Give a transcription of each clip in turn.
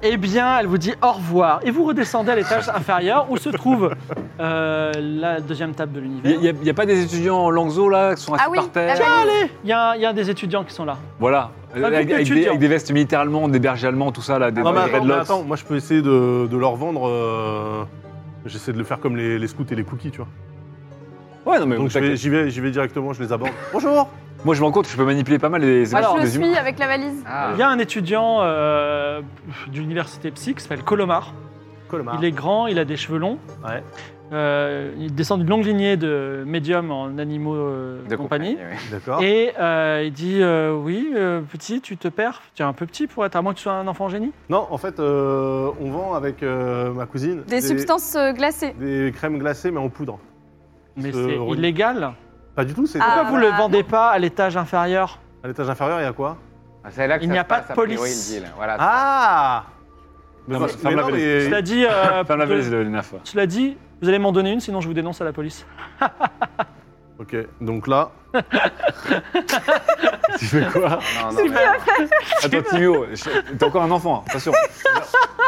Eh bien, elle vous dit au revoir et vous redescendez à l'étage inférieur où se trouve euh, la deuxième table de l'univers. Il n'y a, pas des étudiants en Langzo là qui sont assis Ah oui, par terre la valise. Allez, il y, a il y a des étudiants qui sont là. Voilà. groupe Avec, avec des, d'étudiants. avec des vestes militaires allemandes, des bergers allemands, tout ça là, des, Non, des mais attends, mais Ah, bah, dreadlocks. attends, moi je peux essayer de, de leur vendre. euh, J'essaie de le faire comme les, les scouts et les cookies, tu vois. Ouais, non mais Donc je vais- t'inquiète. j'y vais, j'y vais directement, je les aborde. Bonjour moi je me rends compte, je peux manipuler pas mal les Alors, je le des humains. suis avec la valise. Ah. Il y a un étudiant euh, de l'université psy qui s'appelle Colomar. Colomar. Il est grand, il a des cheveux longs. Ah. Ouais. Euh, il descend d'une longue lignée de médiums en animaux euh, de compagnie. ouais. D'accord. Et euh, il dit euh, Oui, euh, petit, tu te perds Tu es un peu petit pour être, à moins que tu sois un enfant génie. Non, en fait, euh, on vend avec euh, ma cousine Des substances euh, glacées. Des crèmes glacées, mais en poudre. Mais Euh, c'est oui. illégal. Pas du tout, c'est. Ah. Pourquoi vous ne le vendez pas à l'étage inférieur À l'étage inférieur, il y a quoi Ah, c'est là que Il ça n'y a se pas passe, de priori, police. le deal. Voilà. Ah mais Ferme- non, ferme mais la non, valise. mais- Cela dit, euh, Ferme la de- valise, Léna. fois. cela dit, vous allez m'en donner une, sinon je vous dénonce à la police. Ok, donc là. Tu fais quoi Non, non, mais- Attends, Timio, je- t'es encore un enfant, Euh, attention.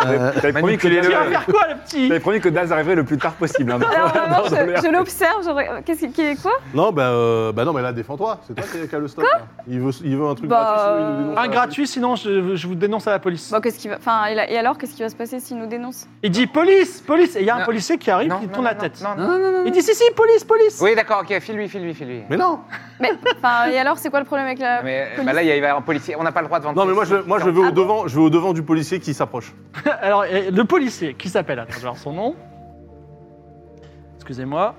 T'avais promis, que manipuler Tu vas Ouais. faire quoi, le petit t'avais promis que Daz arriverait le plus tard possible. hein, dans- Alors, dans vraiment, le- je, je l'observe. je re- Qu'est-ce qui, qui est quoi Non, bah, euh, bah non, mais là, défends-toi. C'est toi qui qui as le stock. là. il, veut, il veut un truc Bah, gratuit, sinon il nous dénonce. Un gratuit, sinon je, je vous dénonce à la police. Bon, qu'est-ce qui va. Enfin, et, la- et alors, qu'est-ce qui va se passer s'il nous dénonce Il dit Police, police Et il y a un Non. policier qui arrive, Non, il non, tourne non, la non, tête. non, non. Il dit Si, si, police, police Oui, d'accord, ok, file-lui, file-lui, file-lui. Mais non Mais enfin, et alors, c'est quoi le problème avec la. Mais police bah là, il va y avoir un policier. On n'a pas le droit de vendre. Non, mais moi, je, moi, je, vais, au Ah, devant, je vais au devant du policier qui s'approche. Alors, et le policier, qui s'appelle, attends, je vais voir son nom. Excusez-moi.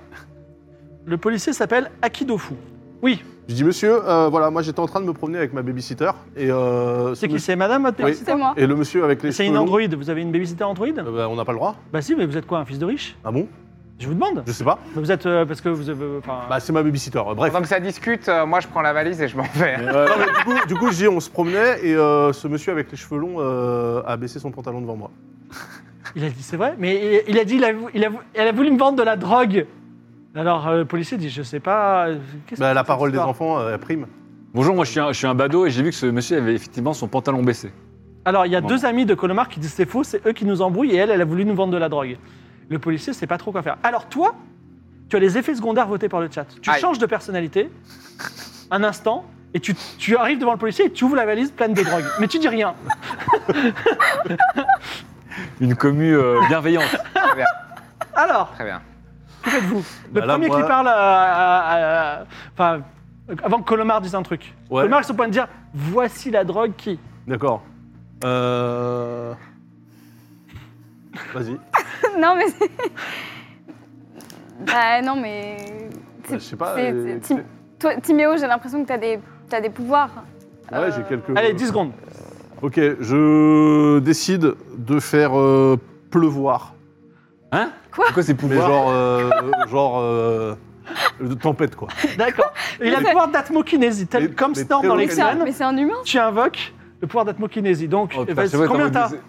Le policier s'appelle Akidofu. Oui, Je dis, monsieur, euh, voilà, moi, j'étais en train de me promener avec ma babysitter. Et, euh, c'est ce qui monsieur- C'est madame votre Oui. babysitter C'est moi. et le monsieur avec les C'est cheveux une longs, androïde, vous avez une babysitter androïde euh, bah, on n'a pas le droit Bah si, mais vous êtes quoi, un fils de riche Ah bon Je vous demande. Je sais pas. Vous êtes, euh, parce que vous avez, euh, enfin... Bah, c'est ma babysitter. euh, Ah, Bref. Pendant que ça discute, euh, moi, je prends la valise et je m'en vais. Mais, euh, non, mais du, coup, du coup, je dis, on se promenait et euh, ce monsieur avec les cheveux longs euh, a baissé son pantalon devant moi. Il a dit, c'est vrai, mais il, il a dit, il a vou- il a vou- elle a voulu me vendre de la drogue. Alors, euh, le policier dit, je sais pas... euh, qu'est-ce que Bah, la c'est parole cette des histoire enfants euh, prime. Bonjour, moi je suis, un, je suis un badaud et j'ai vu que ce monsieur avait effectivement son pantalon baissé. Alors, il y a Bon. deux amis de Colomar qui disent c'est faux, c'est eux qui nous embrouillent et elle, elle a voulu nous vendre de la drogue. Le policier sait pas trop quoi faire. Alors, toi, tu as les effets secondaires votés par le chat. Tu Aïe. changes de personnalité un instant et tu, tu arrives devant le policier et tu ouvres la valise pleine de drogue. Mais tu dis rien. Une commu euh, bienveillante. Très bien. Alors, Très bien. que faites-vous Le Bah, là, premier moi- qui parle à- à- à- enfin, avant que Colomar dise un truc. Ouais. Colomar est sur le point de dire voici la drogue qui. D'accord. Euh... Vas-y. non, mais. c'est- bah, non, mais. Bah, je sais pas. c'est- euh, c'est- Tim- Toi, Timéo, j'ai l'impression que t'as des, t'as des pouvoirs. Ouais, Euh, j'ai quelques. Allez, 10 secondes. Ok, je décide de faire euh, pleuvoir. Hein Quoi Pourquoi c'est Mais pouvoir genre. euh, genre. euh, de tempête, quoi. D'accord. Il a le pouvoir d'atmokinésie, tel Mais- comme mais Storm très dans les Mais c'est un- scènes. mais c'est un humain. tu invoques le pouvoir d'atmokinésie. Donc, Oh, putain, vas-y, c'est vrai, eh ben, combien t'es en t'as mode-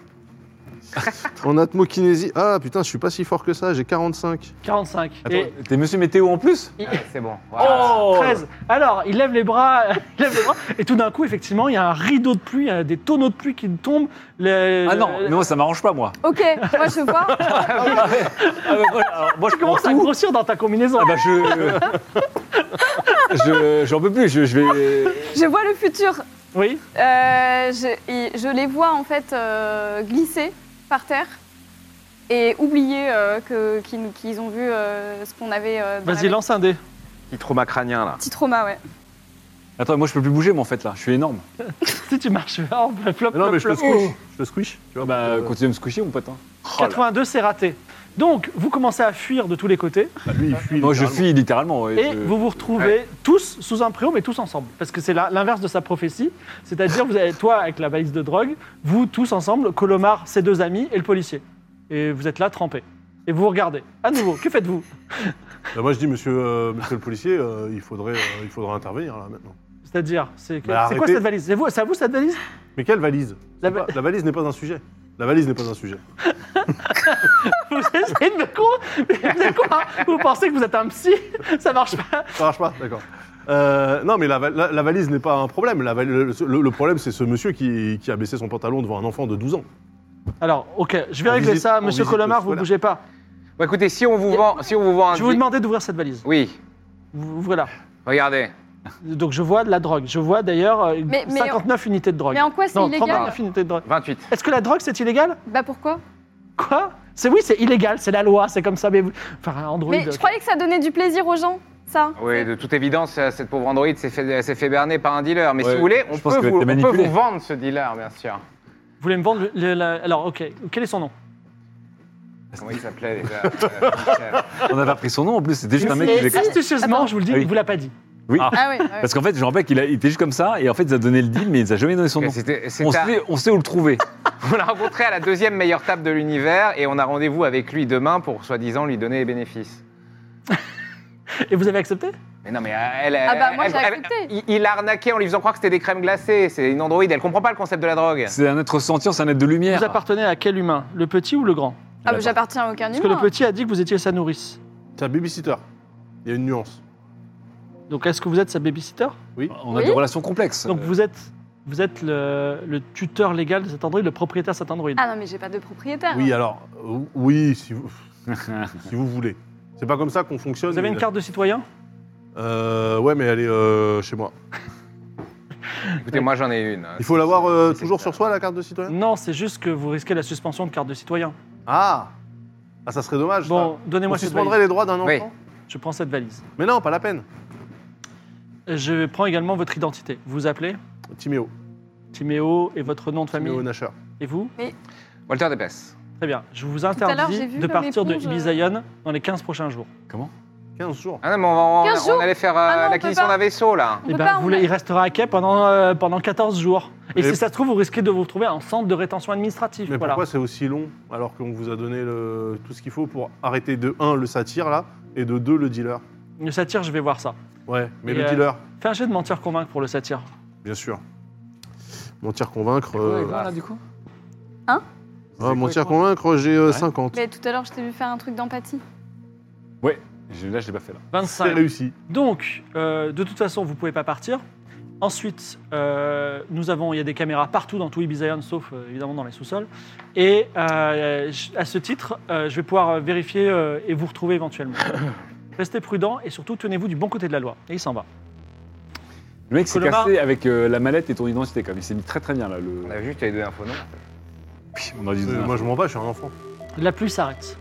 En atmokinésie. Ah putain, je suis pas si fort que ça, j'ai 45. 45. Attends. Et T'es monsieur météo en plus Ouais, C'est bon. voilà. Oh 13. Alors, il lève les bras, il lève les bras, et tout d'un coup, effectivement, il y a un rideau de pluie, il y a des tonneaux de pluie qui tombent. Le- Ah non, le- mais moi ça m'arrange pas moi. Ok, moi je vois. Ah, bah, moi, alors, moi, je tu commences à prends tout. grossir dans ta combinaison. Ah bah je. je j'en peux plus, je, je vais. Je vois le futur. Oui. Euh, je, et je les vois en fait euh, glisser par terre et oublier euh, que- qu'ils nous- qu'ils ont vu euh, ce qu'on avait. euh, dans la Vas-y, lance un dé. Petit trauma crânien, là. Petit trauma, ouais. Attends, moi je peux plus bouger, moi en fait là, je suis énorme. Si tu marches, oh, flop, flop, Mais non, mais je flop. le squish. Je le squish. Tu vois, Bah, euh, continue de me squisher, mon pote. hein. 82, c'est raté. Donc, vous commencez à fuir de tous les côtés bah, lui, il fuit. Moi je littéralement. fuis littéralement. ouais, et je- vous vous retrouvez tous sous un préau, mais tous ensemble. Parce que c'est la- l'inverse de sa prophétie. C'est-à-dire, vous avez toi avec la valise de drogue, vous tous ensemble, Colomar, ses deux amis et le policier. Et vous êtes là trempés. Et vous vous regardez. À nouveau, que faites-vous Bah, moi, je dis, monsieur, euh, monsieur le policier, euh, il, faudrait, euh, il faudrait intervenir là maintenant. C'est-à-dire, c'est que- Bah, c'est quoi arrêtez. cette valise C'est vous- c'est à vous cette valise Mais quelle valise La la, va- la valise n'est pas un sujet. La valise n'est pas un sujet. Vous essayez de me con mais Vous êtes quoi Vous pensez que vous êtes un psy Ça marche pas. Ça marche pas, d'accord. Euh, non, mais la, va- la- la valise n'est pas un problème. La val- le, le- le problème, c'est ce monsieur qui, qui a baissé son pantalon devant un enfant de 12 ans. Alors, ok, je vais On régler visite- ça. on Monsieur visite Colomar, le vous squelette. bougez pas. Bon, écoutez, si on vous vend, si on vous vend un Je vais vous di- demander d'ouvrir cette valise. Oui, Vous- Voilà. regardez. Donc je vois de la drogue. Je vois d'ailleurs euh, Mais- mais- 59 unités de drogue. Mais en quoi c'est Non, illégal 39 unités de drogue. 28. Est-ce que la drogue c'est illégal Bah pourquoi Quoi C'est oui, c'est illégal, c'est la loi, c'est comme ça. Mais vous- enfin, Android. Mais je croyais que ça donnait du plaisir aux gens, ça. Oui, de toute évidence, euh, cette pauvre Android s'est fait, s'est fait berner par un dealer. Mais Ouais, si vous voulez, on je pense peut qu'elle vous, était on peut manipulée. vous vendre ce dealer, bien sûr. Vous voulez me vendre le- le- la- Alors, ok. Quel est son nom Comment il s'appelait déjà Euh, On avait appris son nom en plus, c'était juste un mec Et qui faisait comme- Astucieusement, Attends. je vous le dis, Ah oui. il vous l'a pas dit. Oui. Ah oui, ah oui. Parce qu'en fait, je me rappelle qu'il a- il était juste comme ça, et en fait, il nous a donné le deal, mais il nous a jamais donné son nom. C'était, c'était On à- sait, on sait où le trouver. on l'a rencontré à la deuxième meilleure table de l'univers et on a rendez-vous avec lui demain pour soi-disant lui donner les bénéfices. Et vous avez accepté Ah. Mais non, mais euh, elle. elle- Ah bah, moi, elle- j'ai elle- accepté. il- il l'a arnaqué en lui faisant croire que c'était des crèmes glacées. C'est une androïde, elle comprend pas le concept de la drogue. C'est un être sentient, c'est un être de lumière. Vous appartenez à quel humain Le petit ou le grand Ah bah, j'appartiens à aucun Parce que le humain. petit a dit que vous étiez sa nourrice. C'est un babysitter. Il y a une nuance. Donc est-ce que vous êtes sa babysitter On a Oui. des relations complexes. Euh. Donc vous êtes, vous êtes le, le tuteur légal de cet Android, le propriétaire de cet Android. Ah non, mais j'ai pas de Ah. propriétaire. Oui, alors, euh, oui, si vous, si vous voulez. C'est pas comme ça qu'on fonctionne. vous avez mais- une carte de citoyen Euh, Ouais, mais elle est euh, chez moi. Écoutez, moi j'en ai une. Il faut l'avoir euh, C'est- toujours c'est- sur soi, la carte de citoyen Non, c'est juste que vous risquez la suspension de carte de citoyen. Ah Ah, ça serait dommage. Bon, ça. donnez-moi On cette suspendrait valise. les droits d'un enfant Oui. Je prends cette valise. Mais non, pas la peine. Je prends également votre identité. Vous vous appelez Timéo. Timéo et votre nom de famille. Timéo Nasher. Et vous Walter Depes. Très bien. Je vous l'heure, j'ai interdis vu euh, de le partir de méponge, Ibizaïon dans les 15 prochains jours. Comment 15 jours. Ah non, mais on, va- on- 15 on jours allait faire euh, Ah non, on peut l'acquisition pas. d'un vaisseau là. On Eh peut ben, pas, vous on le- a- il restera à quai pendant, euh, pendant 14 jours. Et Mais- si ça se trouve, vous risquez de vous retrouver en centre de rétention administrative. Mais Ah, voilà. pourquoi c'est aussi long alors qu'on vous a donné le- tout ce qu'il faut pour arrêter de 1 le satire là et de 2 le dealer Le satire, je vais voir ça. Ouais, mais Et le euh, dealer, Fais un jet de mentir convaincre pour le satire. bien sûr. Mentir convaincre. euh, va, là, du coup Hein ah, mentir convaincre, j'ai euh, Ouais. 50. Mais tout à l'heure, je t'ai vu faire un truc d'empathie. Là, je l'ai pas fait là. 25. C'est réussi. Donc, euh, de toute façon, vous pouvez pas partir. Ensuite, euh, nous avons, il y a des caméras partout dans tout Ibizaïon, sauf euh, évidemment dans les sous-sols. Et euh, je- à ce titre, euh, je vais pouvoir euh, vérifier euh, et vous retrouver éventuellement. Restez prudent et surtout tenez-vous du bon côté de la loi. Et il s'en va. Le mec s'est Colomar. cassé avec euh, la mallette et ton identité, quand même. Il s'est mis très très bien là. Le... On a vu que t'avais donné un faux nom. Puis, On a dit. Euh, Moi je m'en bats, je suis un enfant. La pluie s'arrête.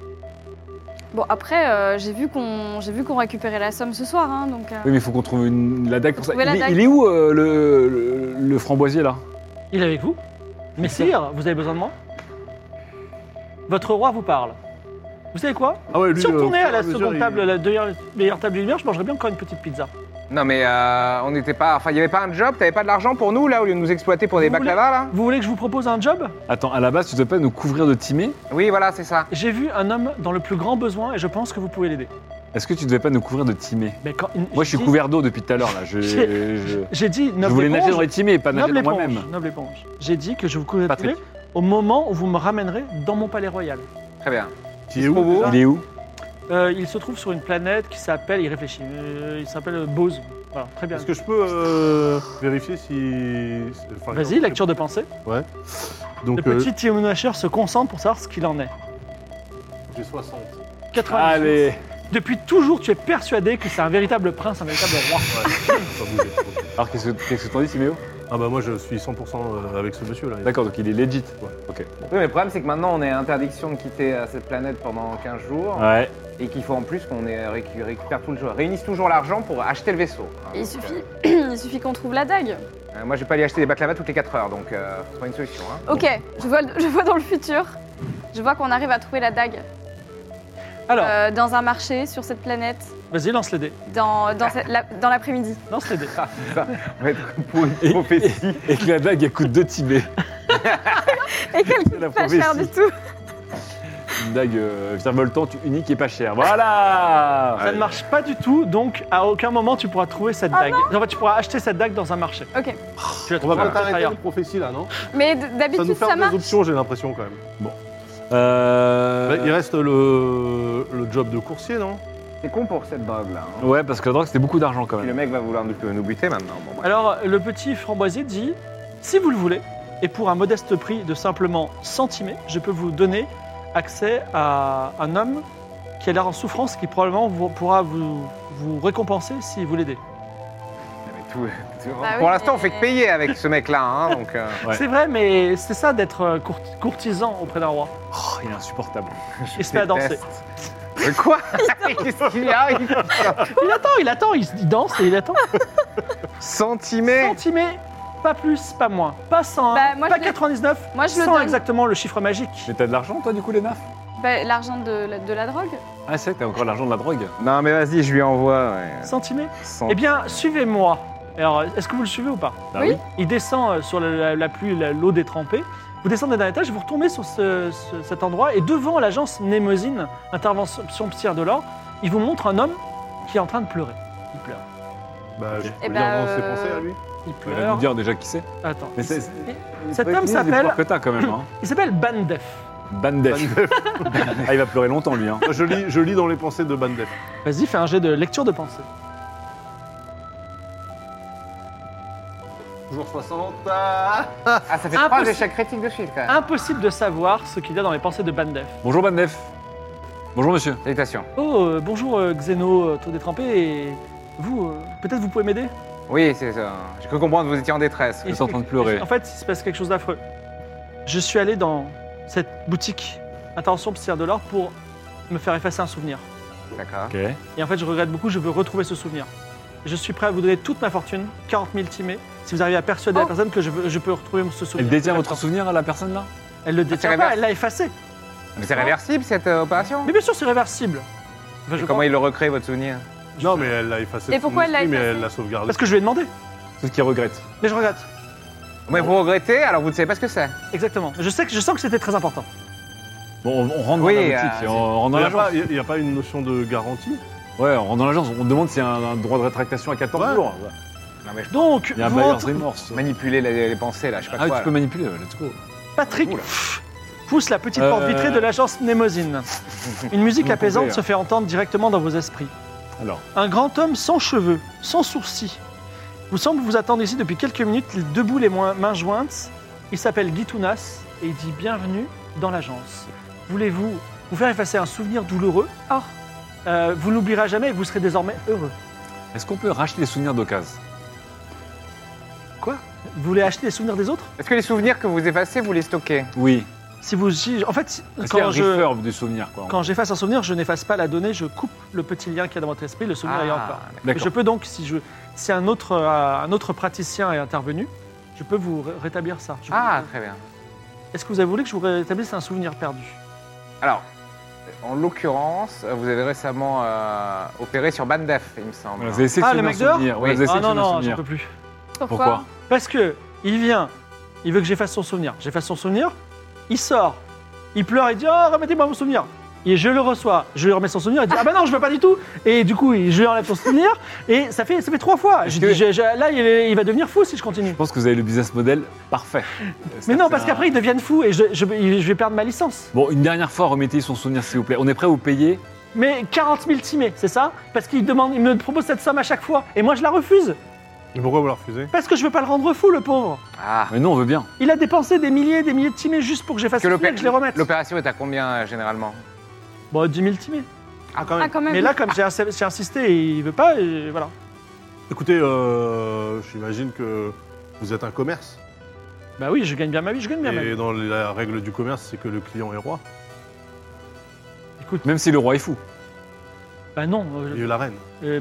Bon, après, euh, j'ai vu qu'on j'ai vu qu'on récupérait la somme ce soir, hein, donc... euh, Oui, mais il faut qu'on trouve une... la dague pour ça. Trouvez la il, est, dague. il est où euh, le, le- le framboisier là Il est avec vous. Messire, vous avez besoin de moi Votre roi vous parle. Vous savez quoi Ah ouais, lui, Si on euh, tournait au à la fur et seconde mesure, table, il- la deuxième- meilleure table de lumière, je mangerais bien encore une petite pizza. Non, mais euh, on n'était pas. Enfin, il n'y avait pas un job, t'avais pas de l'argent pour nous là, au lieu de nous exploiter pour des Vous voulez- baklava là Vous voulez que je vous propose un job Attends, à la base, tu te pas nous couvrir de Timé Oui, voilà, c'est ça. J'ai vu un homme dans le plus grand besoin et je pense que vous pouvez l'aider. Est-ce que tu devais pas nous couvrir de Timé Mais quand- Moi, je suis j'ai dit- couvert d'eau depuis tout à l'heure là. Je, J'ai- je- J'ai dit je noble voulais éponge, nager dans les Timé et pas nager noble dans éponge, moi-même. noble éponge. J'ai dit que je vous couvrirai Patrick. au moment où vous me ramènerez dans mon palais royal. Très bien. Qui est où déjà Il est où Euh, il se trouve sur une planète qui s'appelle, il réfléchit, euh, il s'appelle Bose. Voilà, très bien. Est-ce que je peux euh, vérifier si. enfin, Vas-y, lecture de pensée. Donc, Le euh, petit Timonacher se concentre pour savoir ce qu'il en est. j'ai 60. 90. Allez Depuis toujours, tu es persuadé que c'est un véritable prince, un véritable roi. Pas bougé. Ok. Alors, qu'est-ce que qu'est-ce que t'en dis, Timéo Ah bah moi je suis 100% avec ce monsieur là. D'accord, donc il est legit. Oui, mais le problème, c'est que maintenant, on est à interdiction de quitter euh, cette planète pendant 15 jours. Ah. Ouais. Et qu'il faut en plus qu'on ait récu- récupère tout le jeu. Réunissent toujours l'argent pour acheter le vaisseau. il suffit, il suffit qu'on trouve la dague. Euh, moi, je vais pas aller acheter des baklava toutes les 4 heures, donc euh, c'est pas une solution. Hein. Ok, je vois, je vois dans le futur. Je vois qu'on arrive à trouver la dague Alors, euh, dans un marché, sur cette planète, vas-y, lance les dés. dans, dans cette- la- dans l'après-midi. Lance les dés. On va être pour une prophétie. Et que la dague, elle coûte 2 Tibets. Et qu'elle La coûte pas cher du prophétie. tout. Une dague euh, virevoltante, unique et pas chère. Voilà Ça ne marche pas du tout, donc à aucun moment tu pourras trouver cette dague. En fait, tu pourras acheter cette dague dans un marché. Ok. Tu la On va trouveras peut-être arrêter ailleurs. les prophéties là, non Mais d- Ça nous d'habitude, ça, fait marche. des options, j'ai l'impression quand même. Il Euh... Bah, reste le, le job de coursier, non C'est con pour cette drogue là. hein. Ouais, parce que la drogue, c'était beaucoup d'argent quand Puis même. Le mec va vouloir nous, nous buter maintenant. Bon, bref. Alors, le petit framboisier dit si vous le voulez, et pour un modeste prix de simplement centimés, je peux vous donner accès à un homme qui a l'air en souffrance, qui probablement vous- pourra vous, vous récompenser si vous l'aidez. Mais tout- euh, tout- Bah pour oui, l'instant, on fait mais- que payer avec ce mec là. Hein, donc, euh, Ouais. C'est vrai, mais c'est ça d'être euh, court- courtisan auprès d'un roi. Oh, il est insupportable. Il se met à danser. déteste. Mais quoi Qu'est-ce qu'il y a Il- Il attend, il attend, il, se- il danse et il attend. Centimètre Centimés, pas plus, pas moins. Pas 100, Bah, moi, pas je- 99, Moi, je le 100 donne. exactement le chiffre magique. Mais t'as de l'argent, toi, du coup, les nafs Bah, L'argent de, la- de la drogue. Ah, c'est vrai que t'as encore l'argent de la drogue. Non, mais vas-y, je lui envoie. ouais. Centimés Cent- Eh bien, suivez-moi. Alors, est-ce que vous le suivez ou pas Bah Oui. Il descend euh, sur la, la- la pluie, la- l'eau détrempée. Vous descendez d'un étage, vous retombez sur ce- ce- cet endroit et devant l'agence Némosine, intervention Pierre Delors, il vous montre un homme qui est en train de pleurer. Il pleure. Bah, je Eh peux ben, dire dans ses euh, pensées à lui. Il Tu vas pleure. nous dire déjà qui c'est. Attends. Mais c'est- Cet Faut homme utiliser les s'appelle- pouvoirs que t'as, quand même. Hein. Il s'appelle Bandef. Bandef. ah, il va pleurer longtemps, lui. Hein. Je lis, je lis dans les pensées de Bandef. Vas-y, fais un jet de lecture de pensée. Toujours 60. ah Ah, ça fait Impossible. trois échecs critiques de suite quand même. Impossible de savoir ce qu'il y a dans les pensées de Bandef. Bonjour, Bandef. Bonjour, monsieur. Salutations. Oh, euh, bonjour euh, Xeno, euh, tout détrempé. Et vous, euh, peut-être vous pouvez m'aider Oui, c'est ça. J'ai cru comprendre que vous étiez en détresse. Ils sont en train de pleurer. En fait, il se passe quelque chose d'affreux. Je suis allé dans cette boutique Intervention Psychiatre de l'or pour me faire effacer un souvenir. D'accord. Ok. Et en fait, je regrette beaucoup, je veux retrouver ce souvenir. Je suis prêt à vous donner toute ma fortune, 40 000 timés, si vous arrivez à persuader la Oh. personne que je, veux- je peux retrouver ce souvenir. Elle détient votre souvenir à la personne là Elle le Ah, détient c'est pas, réverse. elle l'a effacé. Mais c'est réversible cette euh, opération Mais bien sûr, c'est réversible. Enfin, je Comment crois. il le recrée, votre souvenir Non, mais elle l'a effacé. Et de son pourquoi elle l'a esprit, Mais effacé elle l'a sauvegardé. Parce que je lui ai demandé. C'est ce qu'il regrette. Mais je regrette. Mais vous regrettez, alors vous ne savez pas ce que c'est. Exactement. Je sais que je sens que c'était très important. Bon, on, on rentre Oui, dans la euh, boutique, c'est- et on, on rentre dans Il l'agence. n'y a, pas une notion de garantie Ouais, on rentre dans l'agence. On demande s'il y a un, un droit de rétractation à 14 Ouais. jours. Non, mais je- Donc, Il y a un vous bailleur rentre- remorse. manipuler les, les pensées là, je sais pas Ah, quoi. tu peux manipuler, ouais, let's go. Patrick Oula. pousse la petite porte Euh. vitrée de l'agence Némosine. Une musique Vous apaisante pouvez, se fait entendre directement dans vos esprits. Alors, Un grand homme sans cheveux, sans sourcils. Vous semble vous attendre ici depuis quelques minutes, les- debout les moins- mains jointes. Il s'appelle Guy Tounas et il dit bienvenue dans l'agence. Voulez-vous vous faire effacer un souvenir douloureux Or, euh, vous n'oublierez jamais et vous serez désormais heureux. est-ce qu'on peut racheter les souvenirs d'occasion Quoi Vous voulez acheter les souvenirs des autres Est-ce que les souvenirs que vous effacez, vous les stockez Oui. Si vous, si- en fait, Est-ce qu'il y a un quand je, refurb du souvenir, quoi quand j'efface un souvenir, je n'efface pas la donnée, je coupe le petit lien qu'il y a dans votre esprit, le souvenir Ah, ayant pas. Et Ah, D'accord. Je peux donc, si, je, si un, autre, euh, un autre praticien est intervenu, je peux vous ré- rétablir ça. Je- Ah, très bien. Est-ce que vous avez voulu que je vous rétablisse un souvenir perdu Alors, en l'occurrence, vous avez récemment euh, opéré sur Bandef, il me semble. Voilà, Vous avez Ah, sélectionné le un mec dehors souvenir. Oui. Ouais, vous avez Ah non, sélectionné un non, j'en souvenir. peux plus. Pourquoi Parce que il vient, il veut que j'efface son souvenir. J'efface son souvenir, il sort, il pleure et dit Oh, remettez-moi mon souvenir. Et je le reçois, je lui remets son souvenir, il dit Ah bah non, je veux pas du tout. Et du coup, il- je lui enlève son souvenir, et ça fait, ça fait trois fois. Je que- dis, Je- je- là, il, est- il va devenir fou si je continue. Je pense que vous avez le business model parfait. Mais non, C'est parce un- qu'après, ils deviennent fous et je, je- je vais perdre ma licence. Bon, une dernière fois, remettez son souvenir, s'il vous plaît. On est prêt à vous payer Mais 40 000 timés, c'est ça Parce qu'il demande, il me propose cette somme à chaque fois, et moi je la refuse, Et pourquoi vous la refusez parce que je veux pas le rendre fou, le pauvre. Ah. Mais non, on veut bien. Il a dépensé des milliers et des milliers de timés juste pour que j'efface Que le l'opé- souvenir et que je les remette. L'opération est à combien euh, généralement Bon, 10 000 timés. Ah, quand Ah, quand même. Mais là, comme j'ai ins- j'ai insisté, et il veut pas, et voilà. Écoutez, euh, j'imagine que vous êtes un commerce. Bah oui, je gagne bien ma vie, je gagne bien ma vie. Et dans la règle du commerce, c'est que le client est roi. Écoute, Même si le roi est fou. Bah non, Il euh, y a eu la reine. euh, euh,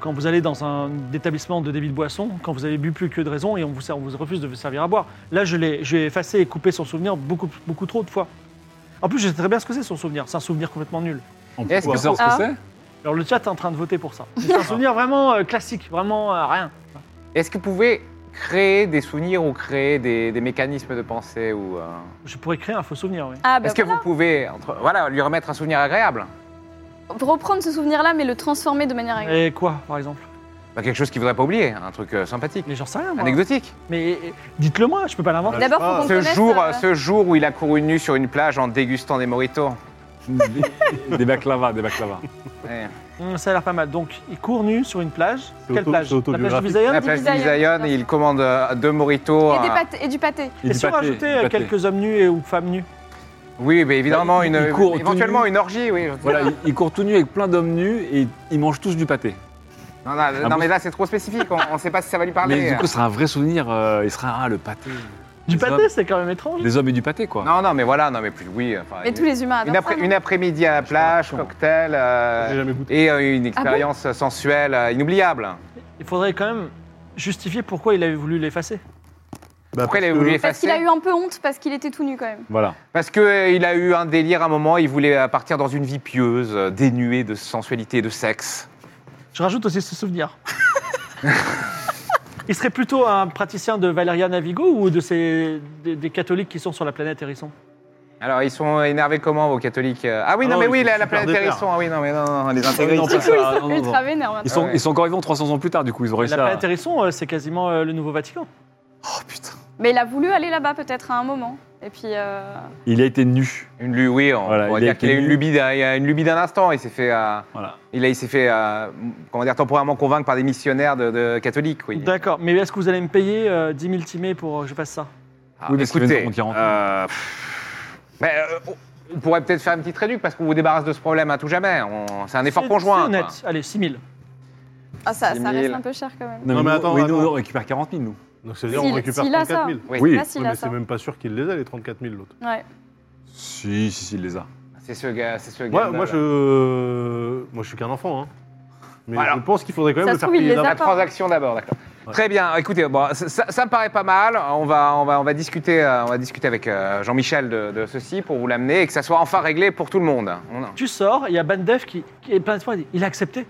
quand vous allez dans un établissement de débit de boisson, quand vous avez bu plus que de raison et on vous, sert- on vous refuse de vous servir à boire. Là, je l'ai je l'ai effacé et coupé son souvenir beaucoup, beaucoup trop de fois. En plus, je sais très bien ce que c'est son souvenir. C'est un souvenir complètement nul. Est-ce que Tu sors ce que Ah. c'est Alors le chat est en train de voter pour ça. C'est un souvenir vraiment euh, classique, vraiment euh, rien. Est-ce que vous pouvez créer des souvenirs ou créer des, des mécanismes de pensée ou euh, Je pourrais créer un faux souvenir, oui. Ah, bah, Est-ce que vous pouvez entre, voilà, lui remettre un souvenir agréable reprendre ce souvenir-là, mais le transformer de manière agréable. Et quoi, par exemple Bah, Quelque chose qu'il ne faudrait pas oublier, un truc euh, sympathique, Mais j'en sais rien, moi. anecdotique. Mais euh, dites-le moi, je peux pas l'inventer. D'abord, faut Ah, qu'on Ce connaisse, jour, euh, ce jour où il a couru nu sur une plage en dégustant des moritos. Des baklava, des baklava. Ouais. Hum, ça a l'air pas mal. Donc, il court nu sur une plage. C'est Quelle auto- plage c'est La plage de autobiographique. À Visayan la place de Bisaïon, Bisaïon, bien et sûr. il commande euh, deux moritos. et, des un- pâtés- et du pâté. Et Et du si on pâté, rajoutait du euh, pâté. quelques hommes nus et, ou femmes nues Oui, mais évidemment, Il- une, il court tout éventuellement nu. une orgie, oui. Voilà, il, il court tout nu avec plein d'hommes nus et ils mangent tous du pâté. Non, non, non, Ah bon mais là, c'est trop spécifique, on ne sait pas si ça va lui parler. Mais du coup, ce sera un vrai souvenir. euh, il sera ah, le pâté. Du Des pâté, hommes- c'est quand même étrange. Des hommes et du pâté, quoi. Non, non, mais voilà, non, mais plus, oui. enfin, Mais Ah, une- tous les hein. humains une, adorent après, ça, une non après-midi à la plage, Absolument. cocktail, euh, J'ai jamais goûté. et euh, Ah une expérience sensuelle euh, inoubliable. Bah, Il faudrait quand même justifier pourquoi il avait voulu l'effacer. Bah, Après, il parce a que- voulu Parce qu'il a effacer. eu un peu honte parce qu'il était tout nu quand même. Voilà. Parce qu'il a eu un délire à un moment, il voulait euh, partir dans une vie pieuse, euh, dénuée de sensualité et de sexe. Je rajoute aussi ce souvenir. il serait plutôt un praticien de Valeria Navigo ou de ces, des, des catholiques qui sont sur la planète Hérisson Alors, ils sont énervés comment, vos catholiques euh Ah oui, Ah non, non, mais ils oui, sont la, la super planète déter. Hérisson, ah oui, non, mais non, non, les intégristes. non, Du pas coup, ils ça, sont Ah, non, non, ultra non. vénères maintenant. Ils sont, ouais. ils sont encore vivants 300 ans plus tard, du coup, ils ont réussi La à. planète Hérisson, euh, c'est quasiment euh, le nouveau Vatican. Oh putain. Mais il a voulu aller là-bas peut-être à un moment. Et puis, euh, Il a été nu. Une lubie, oui, on Voilà, pourrait il a dire qu'il a eu été une nu. lubie d'un il a une lubie d'un instant. Il s'est fait, euh, Voilà. il a- il s'est fait, euh, comment dire, temporairement convaincre par des missionnaires de, de catholiques, oui. D'accord, mais est-ce que vous allez me payer euh, 10 000 timés pour euh, que je fasse ça Ah, Oui, parce qu'il vient de écoutez, rendre 40. euh, pff, mais, euh, on pourrait peut-être faire une petite réduction parce qu'on vous débarrasse de ce problème à tout jamais. On- C'est un effort C'est- conjoint. C'est honnête. quoi. Allez, 6 000. ah, ça, ça 10 reste 000. un peu cher quand même. Non, mais, mais nous, attends, oui, nous, attends. nous, on récupère 40 000, nous. Donc, c'est-à-dire, S'il- on récupère s'il a 34 000. Oui. Là, Oui, s'il a mais ça. c'est même pas sûr qu'il les a, les 34 000, l'autre. Ouais. Si, si, si, il les a. C'est ce gars, c'est ce gars. Ouais, moi, je... moi, je suis qu'un enfant, hein. Mais Voilà. je pense qu'il faudrait quand même Ça le se faire trouve, il payer les a d'avance. La transaction d'abord, d'accord. Très bien. Écoutez, bon, ça, ça- ça me paraît pas mal. On va, on va, on va discuter, euh, on va discuter avec euh, Jean-Michel de, de ceci pour vous l'amener et que ça soit enfin réglé pour tout le monde. On a- Tu sors, il y a Bandef qui, qui est plein de fois, il dit, il a accepté.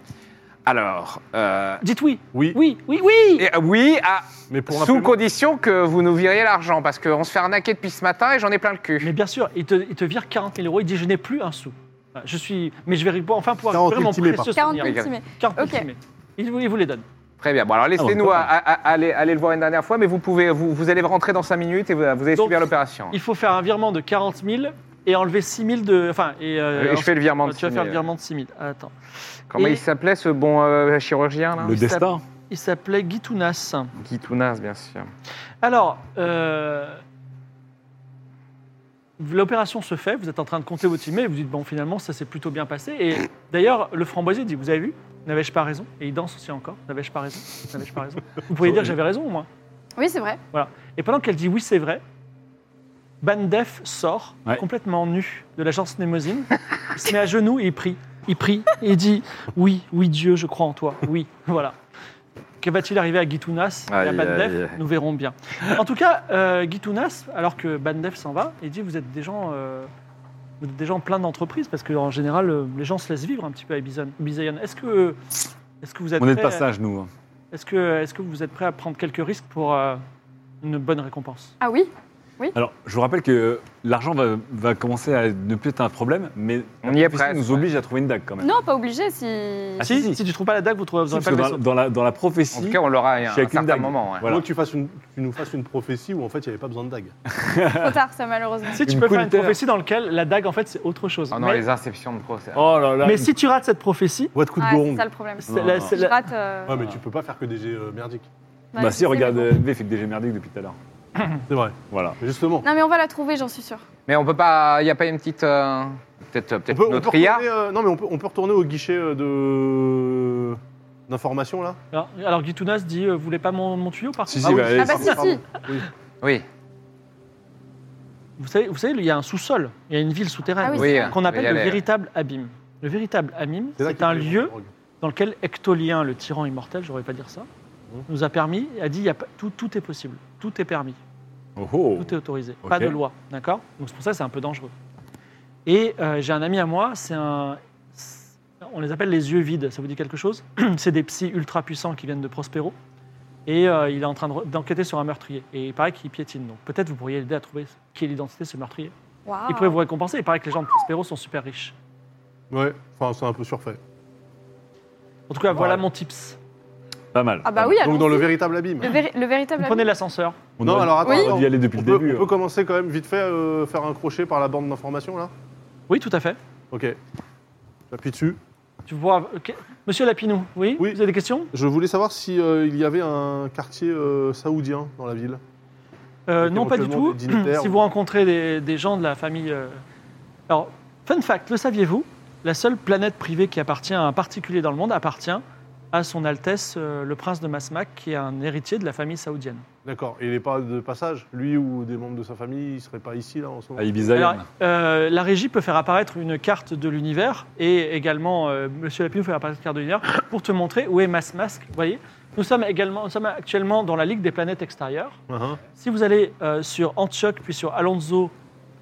Alors, euh, Dites oui, Oui, oui, oui, oui et- euh, oui, à- mais pour un sous paiement- condition que vous nous viriez l'argent parce qu'on se fait arnaquer depuis ce matin et j'en ai plein le cul. Mais bien sûr, il te, il te vire 40 000 euros, il dit je n'ai plus un sou. Voilà, Je suis, mais je vais ré- enfin pouvoir 40 récupérer 000 mon timés, précieux 40 souvenir. 000 timés. 40 000 Ok. timés. Il, vous- il vous les donne. Très bien. Bon, alors laissez-nous Ah, à- à- à- aller, aller le voir une dernière fois, mais vous pouvez, vous, vous allez rentrer dans 5 minutes et vous, vous allez Donc, subir l'opération. Il faut faire un virement de 40 000 et enlever 6 000 de... Enfin, et, euh, Et je ensuite, fais le virement de Tu vas 6 faire 000. le virement de 6 000. Attends. Comment Et- il s'appelait ce bon euh, chirurgien là Le il destin. Il s'appelait Guy Tounas. Guy Tounas, bien sûr. Alors, euh, l'opération se fait, vous êtes en train de compter votre timé, et vous dites, bon, finalement, ça s'est plutôt bien passé. Et d'ailleurs, le framboisier dit, vous avez vu N'avais-je pas raison Et il danse aussi encore. N'avais-je pas raison N'avais-je pas raison Vous pourriez dire, j'avais raison, moi. Oui, c'est vrai. Et pendant qu'elle dit, oui, c'est vrai, Bandef sort, Ouais. complètement nu, de l'agence Némosine. Il se met à genoux et il prie. Il prie et il dit, oui, oui, Dieu, je crois en toi. Oui, voilà. Que va-t-il arriver à Gitounas et à Aïe, Bandef aïe, aïe. Nous verrons bien. En tout cas, euh, Guy Tounas, alors que Bandef s'en va, il dit vous êtes des gens, euh, vous êtes des gens plein d'entreprises parce qu'en général euh, les gens se laissent vivre un petit peu à Bison- Bisayan. Est-ce que est-ce que vous êtes On est de prêt- passage, nous. hein. Est-ce que est-ce que vous êtes prêt à prendre quelques risques pour euh, une bonne récompense Ah oui Alors, je vous rappelle que l'argent va, va commencer à ne plus être un problème, mais On y est la profession presque, nous oblige à trouver une dague quand même. Non, pas obligé si. Ah, si, si, si si. tu trouves pas la dague, vous trouverez vous Parce aurez pas que le dans, vaisseau. dans la, dans la En prophétie, tout cas, on l'aura à un C'est avec une certain dague. moment. ouais. Faut Voilà. que tu, fasses une- tu nous fasses une prophétie où en fait il n'y avait pas besoin de dague. Trop tard, ça, malheureusement. Si tu Une peux faire une coulter. prophétie dans laquelle la dague en fait c'est autre chose. Ah Oh non, mais, les inceptions de procès. Oh là là. mais si tu rates cette prophétie, Ouais, de coup de Ah, goron. c'est ça le problème. c'est la- non. c'est Je la- rate. euh, Ouais, Ah, mais tu peux pas faire que des jets euh, merdiques. ouais, bah je si, sais, regarde, mais euh, bon. LV fait que des jets merdiques depuis tout à l'heure. C'est vrai. Voilà. Mais Justement. Non, mais on va la trouver, j'en suis sûre. Mais on peut pas. Il n'y a pas une petite. euh, Peut-être peut On peut, on peut notre IA. retourner, euh, non, mais on peut, on peut retourner au guichet euh, de d'information là. alors, alors Guy Tounas dit euh, vous voulez pas mon, mon tuyau par Si, contre si, oui. bah, allez, Ah bah pardon, si, pardon. si. Oui. Vous savez, vous savez, il y a un sous-sol, il y a une ville souterraine Ah oui, Oui, c'est hein, qu'on on va y appelle le aller. véritable abîme. Le véritable Amim, là c'est qu'il un faut les lieu drogues. dans lequel Ectolien, le tyran immortel, j'aurais pas dire ça, nous a permis, a dit, il y a pas- tout, tout est possible, tout est permis, Oh, oh. tout est autorisé, Ok. pas de loi, d'accord Donc c'est pour ça que c'est un peu dangereux. Et euh, j'ai un ami à moi, c'est un, c'est- on les appelle les yeux vides, ça vous dit quelque chose C'est des psys ultra puissants qui viennent de Prospero, et euh, il est en train de re- d'enquêter sur un meurtrier, et il paraît qu'il piétine, donc peut-être vous pourriez l'aider à trouver qui est l'identité de ce meurtrier. Waouh. Il pourrait vous récompenser, il paraît que les gens de Prospero sont super riches. Ouais, enfin, c'est un peu surfait. En tout cas, voilà Ouais. mon tips. Pas mal. Ah bah oui, Donc, dans le allons-y. véritable abîme. le, véri- le véritable. Vous prenez ami. l'ascenseur. On Non, aurait- alors attends, Oui. attends. On y aller depuis on, le peut, début. hein. hein. on peut commencer quand même vite fait euh, faire un crochet par la bande d'information là Oui, tout à fait. Ok. J'appuie dessus. Tu vois, ok. Monsieur Lapinou, oui, Oui. Vous avez des questions Je voulais savoir si euh, il y avait un quartier euh, saoudien dans la ville. Euh, Avec Non, pas du éventuellement tout. des dignitaires si ou- vous rencontrez des, des gens de la famille. euh, Alors, fun fact, le saviez-vous La seule planète privée qui appartient à un particulier dans le monde appartient à Son Altesse euh, le Prince de Masmak, qui est un héritier de la famille saoudienne. D'accord. Et il n'est pas de passage Lui ou des membres de sa famille, il serait pas ici là en ce moment À Ibiza, Alors, Yann. euh, la régie peut faire apparaître une carte de l'univers et également euh, Monsieur Lapinou fait apparaître une carte de l'univers pour te montrer où est Masmak. Vous voyez, nous sommes également, nous sommes actuellement dans la Ligue des planètes extérieures. Ah, Uhum. Si vous allez euh, sur Antioch, puis sur Alonso,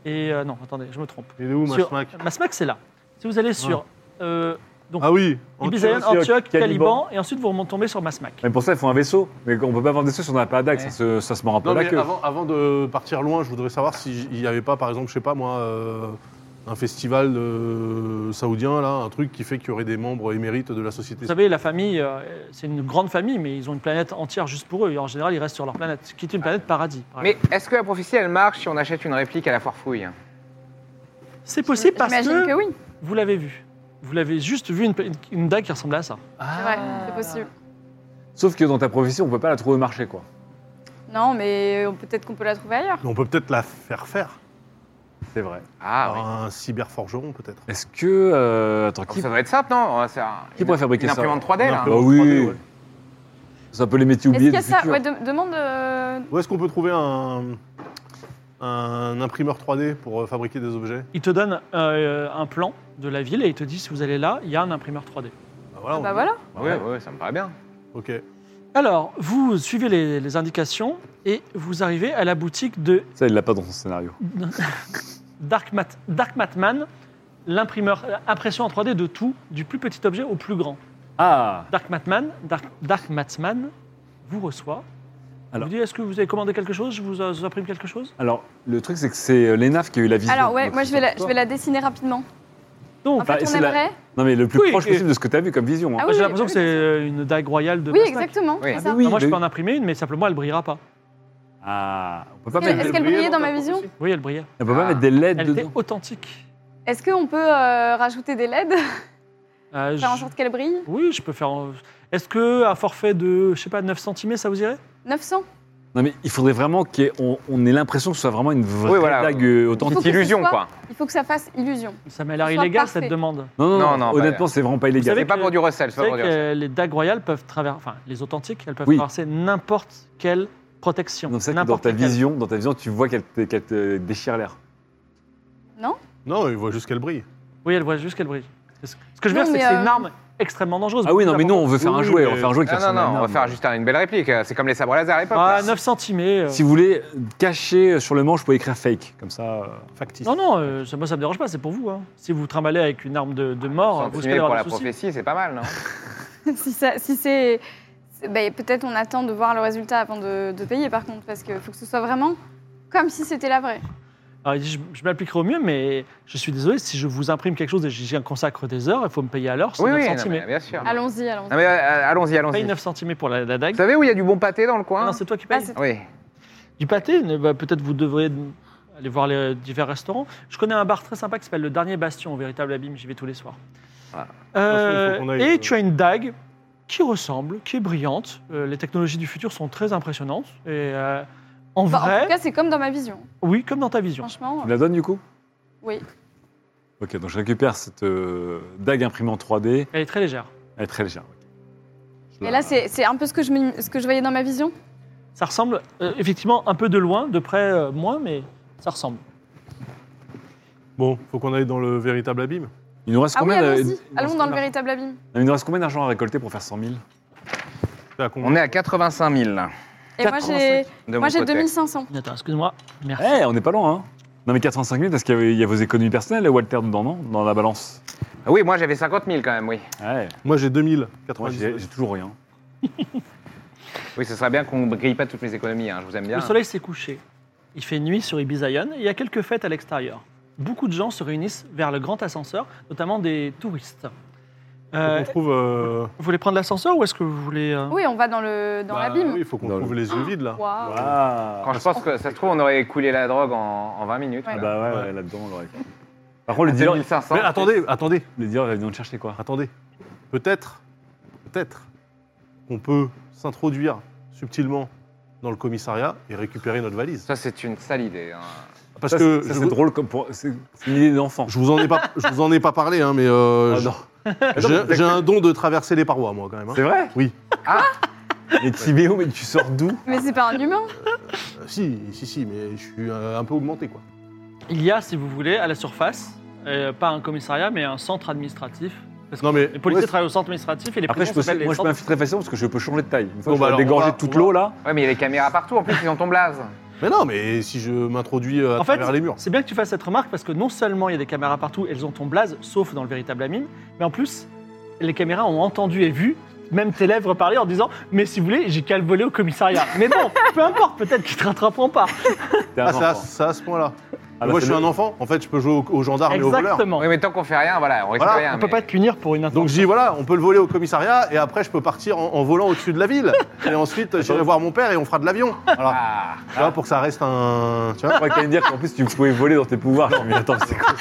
et. euh, non, attendez, je me trompe. Il est où Sur- Masmac Masmac, c'est là. Si vous allez sur euh, Ah oui Ibizaïen, Antioch, Antioch, Caliban. Caliban, et ensuite vous remontez sur Masmac. Mais pour ça, il faut un vaisseau. Mais on peut pas avoir de vaisseau si on n'a pas d'axe. Ouais. Ça, se, ça se mord un peu Non, la mais queue. avant, avant de partir loin, je voudrais savoir s'il n'y avait pas, par exemple, je sais pas moi, euh, un festival euh, saoudien, là, un truc qui fait qu'il y aurait des membres émérites de la société. Vous savez, la famille, euh, c'est une grande famille, mais ils ont une planète entière juste pour eux. Et en général, ils restent sur leur planète, ce qui est une planète paradis. par Mais exemple. est-ce que la prophétie, elle marche si on achète une réplique à la foire fouille hein c'est possible parce J'imagine que, que oui. vous l'avez vu. Vous l'avez juste vu une, une, une dague qui ressemblait à ça. C'est vrai, Ah. c'est possible. Sauf que dans ta prophétie, on peut pas la trouver au marché, quoi. Non, mais on- peut-être qu'on peut la trouver ailleurs. Mais On peut peut-être la faire faire. C'est vrai. Ah par oui. Ah, Un cyberforgeron, peut-être. Est-ce que. euh, attends, qui, Ça doit être simple, non On va faire qui une- pourrait fabriquer Une ça imprimante 3D, là hein. Bah oui. C'est un peu les métiers Est-ce oubliés qu'il y du a ça futur. ouais, de- Demande. euh, Où est-ce qu'on peut trouver un, un imprimeur 3D pour euh, fabriquer des objets Ils te donnent euh, un plan de la ville et ils te disent si vous allez là, il y a un imprimeur 3D. Bah ah on- Bah voilà. Oui, oui, ça me paraît bien. Ok. Alors, vous suivez les, les indications et vous arrivez à la boutique de Ça, il l'a pas dans son scénario. Dark, Mat- Dark Matman, l'imprimeur, euh, impression en 3D de tout, du plus petit objet au plus grand. Ah Dark Matman, Dark, Dark Matman vous reçoit. Alors. Alors. Vous dit est-ce que vous avez commandé quelque chose Je vous, euh, vous imprime quelque chose Alors, le truc, c'est que c'est euh, l'ENAF qui a eu la vision. Alors ouais, Donc, moi c'est je vais, la, encore. je vais la dessiner rapidement. Donc, En Bah, fait, on c'est la- aimerait. Non, mais le plus Oui, proche et- possible de ce que tu as vu comme vision. hein. Ah moi, bah, j'ai oui, l'impression oui, que c'est euh, une dague royale de Oui, Bastak. exactement. Oui. c'est Ah ça. bah oui, Alors, moi, je mais- peux en imprimer une, mais simplement, elle brillera pas. Ah, on peut pas Est-ce qu'elle- mettre, est-ce qu'elle brillait dans ma vision Oui, elle brillait. on peut pas Ah. mettre des LED Elle était dedans. authentique. Est-ce qu'on peut euh, rajouter des LED Euh, Faire en je- sorte qu'elle brille Oui, je peux faire. en- Est-ce que un forfait de, je sais pas, 9 centimes, ça vous irait 900 Non, mais il faudrait vraiment qu'on ait, on- on ait l'impression que ce soit vraiment une vraie Oui, voilà. dague euh, Faut authentique. que ce illusion, soit- quoi. Il faut que ça fasse illusion. Ça m'a l'air Soit illégal parfait. cette demande. Non, non, Non, non, non, pas- honnêtement, c'est vraiment pas illégal. savez C'est pas que- pour du recel, c'est Vous pas savez pour du que recel. les dagues royales peuvent traverser, enfin les authentiques, elles peuvent Oui. traverser n'importe quelle protection. Donc, c'est vrai que dans n'importe ta laquelle. vision, dans ta vision, tu vois qu'elle te, qu'elle te déchire l'air. Non, il voit juste qu'elle brille. Oui, elle voit juste qu'elle brille. Ce ce que je veux Non, dire, c'est que mais, c'est euh, une arme extrêmement dangereuse. Ah oui, non, mais nous, non. on veut faire Oui, un oui, jouet, on va mais- faire un jouet qui Ah, Non, non, ressemble à non, une on va arme. faire juste une belle réplique. euh, C'est comme les sabres laser à l'époque. Ah, là. 9 centimés. euh. Si vous voulez, caché sur le manche, vous pouvez écrire fake, comme ça, euh, factice. Non, non, euh, ça, moi, ça me dérange pas, c'est pour vous. hein. Si vous trimballez avec une arme de, de mort, vous Centimer allez pour avoir la des soucis. prophétie, c'est pas mal, non si ça- si c'est. c'est- ben, Peut-être on attend de voir le résultat avant de, de payer par contre, parce qu'il faut que ce soit vraiment comme si c'était la vraie. Alors, il dit, je, je m'appliquerai au mieux, mais je suis désolé, si je vous imprime quelque chose et j'y consacre des heures, il faut me payer à l'heure, c'est Oui, 9 oui, non, centimés. mais bien sûr. Non, Allons-y, allons-y. mais euh, allons-y, Paye allons-y. 9 centimés pour la, la Vous dague. savez où il y a du bon pâté dans le Ah coin hein. non, c'est toi qui Ah, payes. c'est- Oui. du pâté, eh ben, peut-être vous devrez aller voir les divers restaurants. Je connais un bar très sympa qui s'appelle le Dernier Bastion, au véritable abîme, j'y vais tous les soirs. Ah. Euh, De toute façon, il faut qu'on aille, et euh, tu as une dague qui ressemble, qui est brillante. Euh, les technologies du futur sont très impressionnantes. Et euh, en Enfin, Bah, en vrai, tout cas, c'est comme dans ma vision. oui, comme dans ta vision. Franchement, Tu me la donnes, du coup oui. Ok, donc je récupère cette euh, dague imprimée en 3D. Elle est très légère. Elle est très légère. Je Et la- là, c'est c'est un peu ce que, je, m'im- ce que je voyais dans ma vision. Ça ressemble euh, effectivement un peu de loin, de près euh, moins, mais ça ressemble. Bon, faut qu'on aille dans le véritable abîme. Il nous reste Ah oui, combien de- allons-y. il nous Allons reste dans le combien- véritable abîme. Il nous reste combien d'argent à récolter pour faire 100 000 C'est à combien On est à 85 000. Et moi, j'ai de moi, mon j'ai côté. 2500. Attends, excuse-moi. Eh, Merci. on n'est pas loin, hein Non, mais 85 000 parce qu'il y, avait- il y a vos économies personnelles, Walter, dedans, non Dans la balance. Ah Oui, moi j'avais 50 000 quand même, oui. Ouais. Moi, j'ai 2000. Eh, Moi, j'ai j'ai toujours rien. Oui, ce serait bien qu'on ne grille pas toutes mes économies, hein, je vous aime bien. Le soleil s'est couché. Il fait nuit sur Ibizaïon et il y a quelques fêtes à l'extérieur. Beaucoup de gens se réunissent vers le grand ascenseur, notamment des touristes. Euh, on trouve. euh, vous voulez prendre l'ascenseur ou est-ce que vous voulez... euh, Oui, on va dans le dans bah, l'abîme. Oui, il faut qu'on Dans trouve les yeux vides, là. Waouh. Ah, Quand je pense que ça se trouve, on aurait écoulé la drogue en, en 20 minutes. Ouais. voilà. bah ouais, ouais, là-dedans, on l'aurait Ah, compris. Par contre, le C'est dealer, 1500. Mais attendez, attendez, le dealer va venir te chercher quoi attendez. Peut-être, peut-être qu'on peut s'introduire subtilement dans le commissariat et récupérer notre valise. Ça, c'est une sale idée. hein. Parce Ça, que c'est- ça, je, c'est vous- drôle comme pour. C'est c'est une idée d'enfant. je vous en ai pas, je vous en ai pas parlé, hein, mais euh, Ah, je- non. j'ai- j'ai un don de traverser les parois, moi, quand même. hein. C'est vrai Oui. Ah. Mais Tibéo, mais tu sors d'où Mais c'est pas un humain. Euh, si, si, si, mais je suis euh, un peu augmenté, quoi. Il y a, si vous voulez, à la surface, euh, pas un commissariat, mais un centre administratif. Parce que Non, mais les policiers ouais, travaillent au centre administratif et les Après, je prisons peux, s'appellent les moi, je peux centres- m'infiltrer facilement parce que je peux changer de taille. Une fois Bon, que je bah, alors, vais on dégorger va- toute on va- l'eau là. Ouais, mais il y a des caméras partout, en plus, ils ont ton blase. mais non, mais si je m'introduis euh, à En fait, travers les murs. C'est bien que tu fasses cette remarque parce que non seulement il y a des caméras partout, elles ont ton blase, sauf dans le véritable amine, mais en plus, les caméras ont entendu et vu même tes lèvres parler en disant Mais si vous voulez, j'ai qu'à le voler au commissariat. mais bon, peu importe, peut-être qu'ils te rattraperont pas. T'es un Ah, c'est à, enfant. c'est à ce point-là. Ah, bah, moi, je c'est suis le- un enfant. En fait, je peux jouer aux, aux gendarmes et aux voleurs. Exactement. Oui, mais tant qu'on fait rien, voilà, on risque Voilà, rien. On peut mais- pas te punir pour une Donc je dis voilà, on peut le voler au commissariat et après je peux partir en, en volant au-dessus de la ville. Et ensuite j'irai voir mon père et on fera de l'avion. Voilà. Ah. Tu vois, pour que ça reste un. Tu Ah. vois Je crois qu'il allait dire qu'en plus tu pouvais voler dans tes pouvoirs. Je me suis dit, mais attends, c'est quoi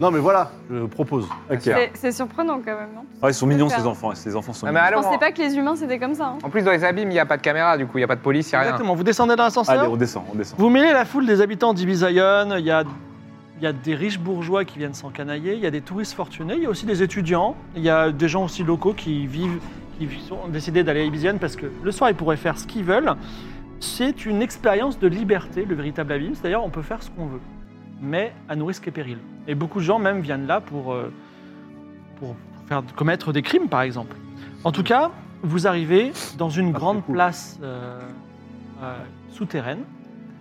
Non mais voilà, je propose. Ok. C'est c'est surprenant quand même, non Ah, ils sont mignons ces enfants. Ces enfants sont Ah, mais mignons. Je alors, pensais en, pas que les humains c'était comme ça. hein. en plus, dans les abîmes, il n'y a pas de caméra, du coup, il n'y a pas de police, il n'y a rien. Exactement. Vous descendez dans Allez, l'ascenseur, on descend, on descend. vous mêlez la foule des habitants d'Ibizaïon, il y a. Il y a des riches bourgeois qui viennent s'encanailler, il y a des touristes fortunés, il y a aussi des étudiants, il y a des gens aussi locaux qui vivent, qui ont décidé d'aller à Ibiziane parce que le soir ils pourraient faire ce qu'ils veulent. C'est une expérience de liberté, le véritable abîme, c'est-à-dire on peut faire ce qu'on veut, mais à nos risques et périls. Et beaucoup de gens même viennent là pour, euh, pour faire, commettre des crimes par exemple. En tout cas, vous arrivez dans une Mm. Ah, grande c'est cool. place euh, euh, souterraine.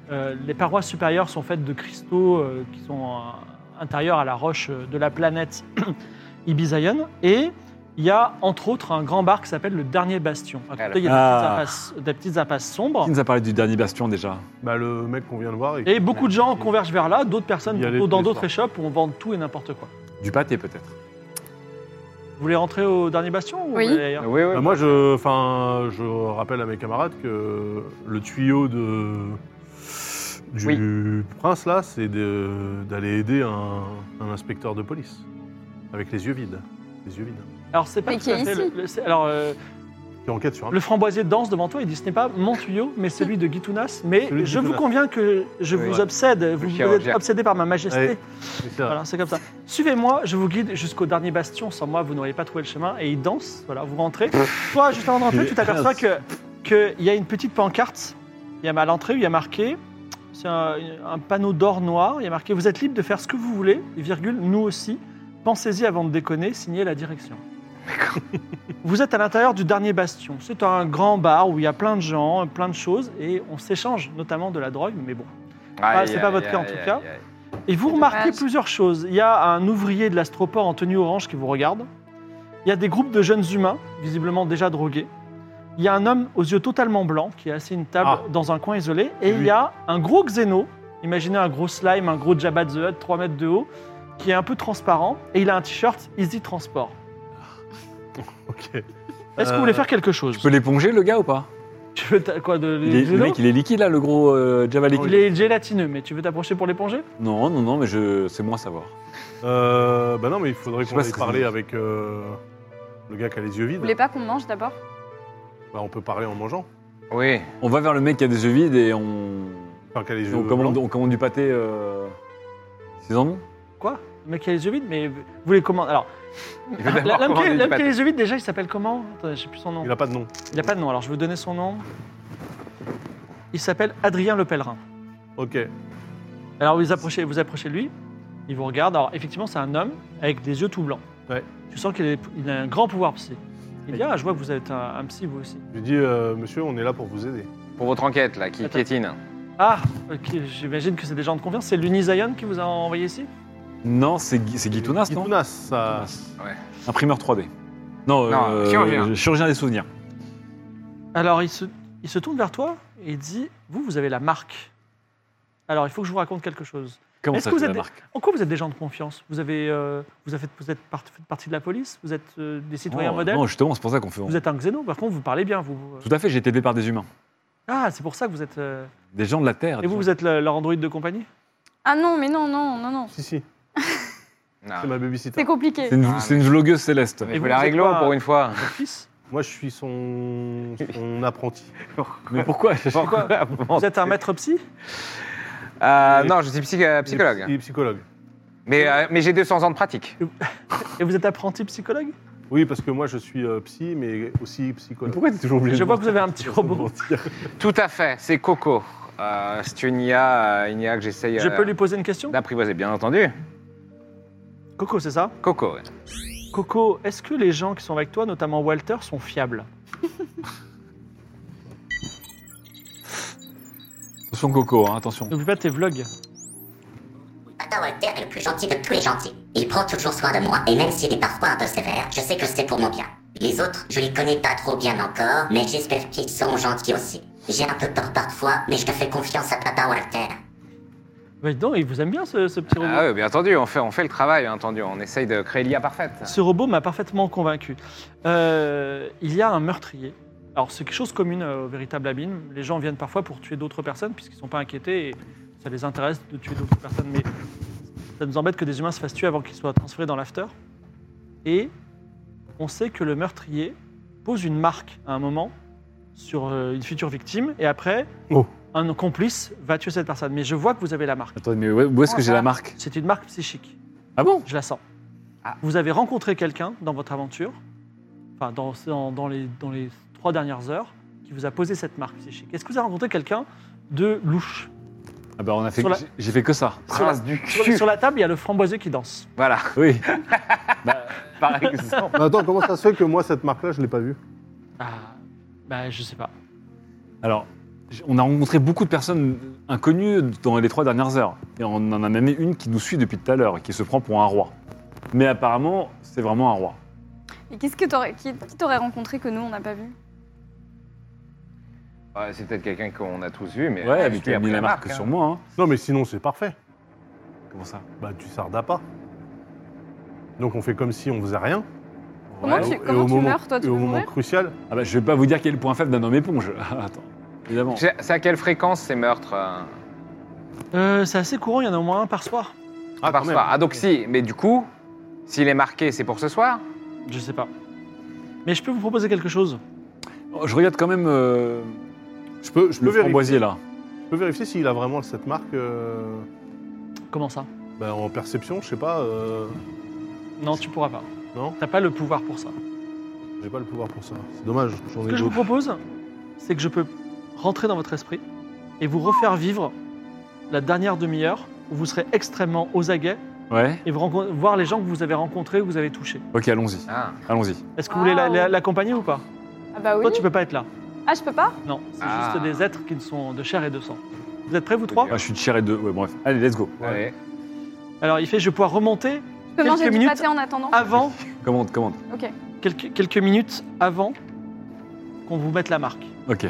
Euh, les parois supérieures sont faites de cristaux euh, qui sont euh, intérieurs à la roche euh, de la planète Ibizaïon. Et il y a entre autres un grand bar qui s'appelle le Dernier Bastion. À côté, il y a des petites Ah. impasses- euh, des petites impasses sombres. Qui nous a parlé du dernier bastion déjà Bah le mec qu'on vient de voir. Et beaucoup de gens convergent vers là, d'autres personnes Y aller plutôt dans tous les d'autres soirs. échoppes où on vend tout et n'importe quoi. Du pâté peut-être. Vous voulez rentrer au Dernier Bastion ou Oui. vous allez ailleurs Oui, oui. Bah, moi je, enfin, je rappelle à mes camarades que le tuyau de du prince là, c'est de- d'aller aider un, un inspecteur de police avec les yeux vides, les yeux vides, Alors c'est pas Mais tout qui à est fait ici le- le- c'est- alors, euh, qui enquête sur un. Le framboisier danse devant toi et dit ce n'est pas mon tuyau, mais celui de Gitounas. Mais Celui de je vous Gitounas. conviens que je Oui. vous obsède, vous, vous êtes chirurgien. obsédé par ma majesté. Ouais. Mais c'est vrai. Voilà, c'est comme ça. Suivez-moi, je vous guide jusqu'au dernier bastion. Sans moi, vous n'auriez pas trouvé le chemin. Et il danse, voilà, vous rentrez. Toi, juste avant de rentrer, tu t'aperçois que qu'il y a une petite pancarte. Il y a à l'entrée où il y a marqué, c'est un, un panneau d'or noir, il y a marqué Vous êtes libre de faire ce que vous voulez, virgule, nous aussi. Pensez-y avant de déconner, signez la direction. Vous êtes à l'intérieur du dernier bastion. C'est un grand bar où il y a plein de gens, plein de choses, et on s'échange notamment de la drogue, mais bon. Aïe, ah, c'est pas aïe, votre cas, en aïe, tout aïe, cas. aïe. Et vous C'est remarquez dommage. plusieurs choses. Il y a un ouvrier de l'astroport en tenue orange qui vous regarde. Il y a des groupes de jeunes humains, visiblement déjà drogués. Il y a un homme aux yeux totalement blancs qui est assis à une table Ah. dans un coin isolé. Et il Lui. y a un gros xéno, imaginez un gros slime, un gros Jabba the Hutt, 3 mètres de haut, qui est un peu transparent. Et il a un t-shirt Easy Transport. Ok. Est-ce que vous Euh, voulez faire quelque chose Je peux l'éponger le gars ou pas Tu veux ta- quoi de Il est- Le xéno mec, il est liquide là, le gros euh, Oh, Java Il liquide. est gélatineux, mais tu veux t'approcher pour l'éponger Non, non, non, mais je... c'est bon à savoir. Euh, bah non, mais il faudrait Je sais qu'on pas aille ce que parler c'est. avec euh, le gars qui a les yeux Vous vides. voulez pas qu'on mange d'abord Bah, on peut parler en mangeant. Oui. On va vers le mec qui a des yeux vides et on. Enfin, qui a les et yeux on, commande, blancs. on commande du pâté. Euh... Ils en ont Quoi Le mec qui a les yeux vides, mais vous voulez comment Alors, Il veut d'abord Ah, L'homme commander qui- du l'homme qui a pâté. les yeux vides, déjà, il s'appelle comment Attendez, j'ai plus son nom. Il a pas de nom. Il n'a pas de nom, alors je vais vous donner son nom. Il s'appelle Adrien Le Pèlerin. Ok. Alors vous approchez, vous approchez de lui. Il vous regarde. Alors, effectivement, c'est un homme avec des yeux tout blancs. Ouais. Tu sens qu'il est- il a un grand pouvoir psy. Il dit Ah, je vois que vous êtes un, un psy, vous aussi. Je lui dis, euh, monsieur, on est là pour vous aider. Pour votre enquête, là, qui Attends. piétine. Ah, ok, j'imagine que c'est des gens de confiance. C'est l'Unizayon qui vous a envoyé ici Non, c'est Gui- c'est Guitounas, non Guitounas, ça. ouais. Imprimeur 3D. Non, Non, euh, hein. chirurgien. chirurgien des souvenirs. Alors, il se, il se tourne vers toi et il dit Vous, vous avez la marque. Alors, il faut que je vous raconte quelque chose. Comment Est-ce ça que vous fait la êtes- marque En quoi vous êtes des gens de confiance Vous avez, euh, vous avez- vous êtes part- faites partie de la police Vous êtes euh, des citoyens Non, modèles Oh, Non, justement, c'est pour ça qu'on fait. Vous êtes un xéno Par contre, vous parlez bien, vous. euh. Tout à fait, j'ai été aidé par des humains. Ah, c'est pour ça que vous êtes. euh, Des gens de la Terre. Et vous, vous êtes le- leur androïde de compagnie Ah non, mais non, non, non, non. Si, si, Non. c'est ma babysitter. C'est compliqué. C'est une, Ah, c'est une vlogueuse céleste. Mais Et vous, vous la êtes réglons quoi pour une fois. Votre fils Moi, je suis son, son apprenti. Mais pourquoi Pourquoi Vous êtes un maître psy Euh, non, je suis psy- euh, psychologue. Il est psychologue. Mais, euh, mais j'ai 200 ans de pratique. et vous êtes apprenti psychologue Oui, parce que moi, je suis euh, psy, mais aussi psychologue. Pourquoi t'es toujours obligé Je de vois que mentir vous avez un petit robot. Tout à fait, c'est Coco. Euh, c'est une IA, euh, une IA que j'essaye Je euh, peux lui poser une question d'apprivoiser, bien entendu. Coco, c'est ça Coco, ouais. Coco, est-ce que les gens qui sont avec toi, notamment Walter, sont fiables Attention, Coco, hein, attention. N'oublie pas tes vlogs. Papa Walter est le plus gentil de tous les gentils. Il prend toujours soin de moi, et même s'il est parfois un peu sévère, je sais que c'est pour mon bien. Les autres, je les connais pas trop bien encore, mais j'espère qu'ils sont gentils aussi. J'ai un peu peur parfois, mais je fais confiance à Papa Walter. Bah, dis donc, il vous aime bien ce, ce petit robot. Ah oui, bien entendu, on fait, on fait le travail, bien entendu. On essaye de créer l'IA parfaite. Ah. Ce robot m'a parfaitement convaincu. Euh, il y a un meurtrier. Alors, c'est quelque chose de commun euh, au véritable abîme. Les gens viennent parfois pour tuer d'autres personnes puisqu'ils ne sont pas inquiétés et ça les intéresse de tuer d'autres personnes. Mais ça nous embête que des humains se fassent tuer avant qu'ils soient transférés dans l'after. Et on sait que le meurtrier pose une marque à un moment sur euh, une future victime et après, Oh. un complice va tuer cette personne. Mais je vois que vous avez la marque. Attends, mais où où est-ce que j'ai Comment ça la marque C'est une marque psychique. Ah bon Je la sens. Ah. Vous avez rencontré quelqu'un dans votre aventure, enfin dans, dans- dans les, dans les trois dernières heures, qui vous a posé cette marque psychique. Est-ce que vous avez rencontré quelqu'un de louche Ah bah on a fait. Sur la- j'ai- J'ai fait que ça. Sur la- Prince Ah, du sur, cul. sur la table, il y a le framboisier qui danse. Voilà, Oui. par exemple. Mais attends, comment ça se fait que moi, cette marque-là, je l'ai pas vue Ah, bah je sais pas. Alors, j- on a rencontré beaucoup de personnes inconnues dans les trois dernières heures. Et on en a même une qui nous suit depuis tout à l'heure et qui se prend pour un roi. Mais apparemment, c'est vraiment un roi. Et qu'est-ce que t'aurais, qui, qui t'aurais rencontré que nous on n'a pas vu Ouais, c'est peut-être quelqu'un qu'on a tous vu, mais. Ouais, mais lui tu as mis pris la marque sur hein. moi. hein. Non, mais sinon, c'est parfait. Comment ça Bah, tu sardas pas. Donc, on fait comme si on faisait rien. Comment Ouais. tu- Et au- et comment au tu moment- meurs, toi, tu Et au veux moment mourir crucial, Ah bah, je vais pas vous dire quel est le point faible d'un homme éponge. Attends, évidemment. C'est c'est à quelle fréquence ces meurtres euh, Euh, c'est assez courant, il y en a au moins un par soir. Ah, par quand même. soir Ah, donc si, mais du coup, s'il est marqué, c'est pour ce soir Je sais pas. Mais je peux vous proposer quelque chose. Oh, Je regarde quand même euh, je peux, je peux le vérifier. framboisier là. Je peux vérifier s'il a vraiment cette marque euh, Comment ça bah, en perception, je sais pas. euh, Non, tu pourras pas. Non. T'as pas le pouvoir pour ça. J'ai pas le pouvoir pour ça. C'est dommage, j'en Ce ai que je vous d'autres. propose, c'est que je peux rentrer dans votre esprit et vous refaire vivre la dernière demi-heure où vous serez extrêmement aux aguets Ouais. et vous renco- voir les gens que vous avez rencontrés, que vous avez touchés. Ok, allons-y. Ah, Allons-y. Est-ce que vous voulez la- Waouh. la- l'accompagner ou pas Ah bah oui. Toi, tu peux pas être là. Ah, je peux pas Non, c'est Ah. juste des êtres qui ne sont de chair et de sang. Vous êtes prêts, vous trois Ah, je suis de chair et de. Ouais, bref. Allez, let's go. allez. Alors, il fait, je vais pouvoir remonter Je peux manger du minutes Ah. pâté en attendant avant, Commande, commande. quelques, quelques minutes avant qu'on vous mette la marque. Ok.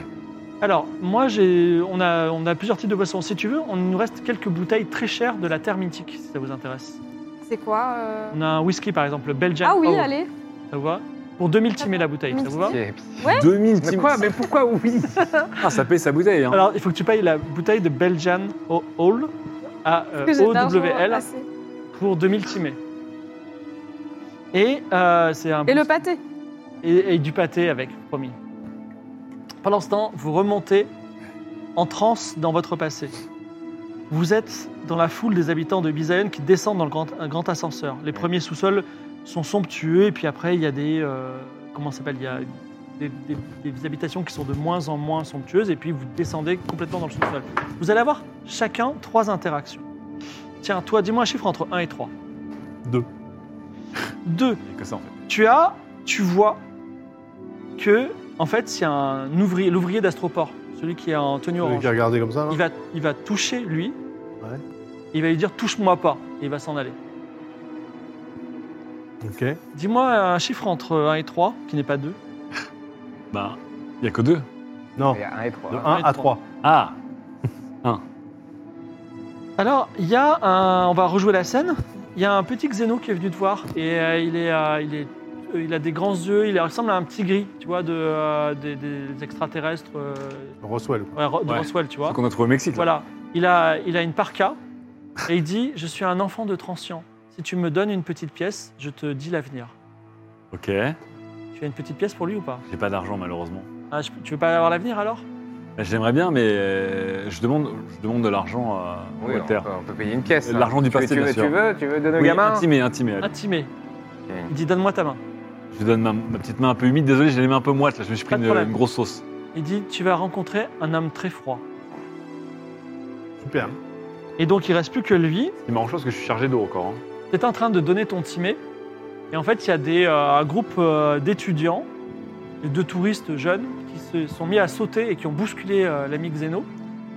Alors, moi, j'ai, on, a, on a plusieurs types de boissons. Si tu veux, on il nous reste quelques bouteilles très chères de la terre mythique, si ça vous intéresse. C'est quoi euh On a un whisky par exemple, le Belgian Ah oui, Owl. allez. Ça vous va Pour 2000 timés la bouteille, ça vous va Ok, puis- 2000 Mais teams. quoi Mais pourquoi oui Ah, ça paye sa bouteille. Hein. Alors il faut que tu payes la bouteille de Belgian Owl à euh, Que j'ai de l'argent à OWL passer. pour 2000 timés. Et euh, c'est un Et le pâté et, et du pâté avec, promis. Pendant ce temps, vous remontez en transe dans votre passé. Vous êtes dans la foule des habitants de Bisaïen qui descendent dans le grand, un grand ascenseur. Les premiers sous-sols sont somptueux et puis après il y a des euh, comment ça s'appelle il y a des, des- des habitations qui sont de moins en moins somptueuses et puis vous descendez complètement dans le sous-sol. Vous allez avoir chacun trois interactions. Tiens, toi, dis-moi un chiffre entre 1 et 3. Deux. 2. Il n'y a que ça en fait. Tu as, tu vois que, en fait, c'est un ouvrier, l'ouvrier d'Astroport, celui qui est en tenue Celui orange. qui a regardé comme ça, là hein. Il va, il va toucher lui. Ouais. Il va lui dire touche-moi pas. Et il va s'en aller. Ok. Dis-moi un chiffre entre 1 et 3, qui n'est pas 2. Bah, il n'y a que deux. Non, Il y de a un et trois. hein. 1 à 3. Ah Alors, il y a un. On va rejouer la scène. Il y a un petit Xeno qui est venu te voir. Et euh, il, est, euh, il, est, euh, il a des grands yeux. Il ressemble à un petit gris, tu vois, de, euh, des, des extraterrestres euh, Roswell. quoi. ouais, Ro- de Ouais. Roswell, tu C'est vois. qu'on a trouvé au Mexique. là. Voilà. Il a, il a une parka. Et il dit Je suis un enfant de 30 ans. Si tu me donnes une petite pièce, je te dis l'avenir. Ok. J'ai Tu as une petite pièce pour lui ou pas pas d'argent malheureusement. Ah, je- Tu veux pas avoir l'avenir alors J'aimerais bien, mais euh, je demande, je demande de l'argent à Oui, on, peut, Walter. on peut payer une pièce. hein. L'argent du Tu veux- passé, tu, bien veux, sûr. tu veux, tu veux donner au Oui, gamin intimé, intimé. allez. Intimé. Il dit Donne-moi ta main. Je lui donne ma, ma petite main un peu humide. Désolé, j'ai les mains un peu moites là. Je me suis pris Pas de une, problème. une grosse sauce. Il dit Tu vas rencontrer un homme très froid. Super. Et donc, il reste plus que lui. C'est marrant chose que je suis chargé d'eau encore. hein. T'es en train de donner ton timé. Et en fait, il y a des, euh, un groupe euh, d'étudiants, et de touristes jeunes, qui se sont mis à sauter et qui ont bousculé euh, l'ami Xeno,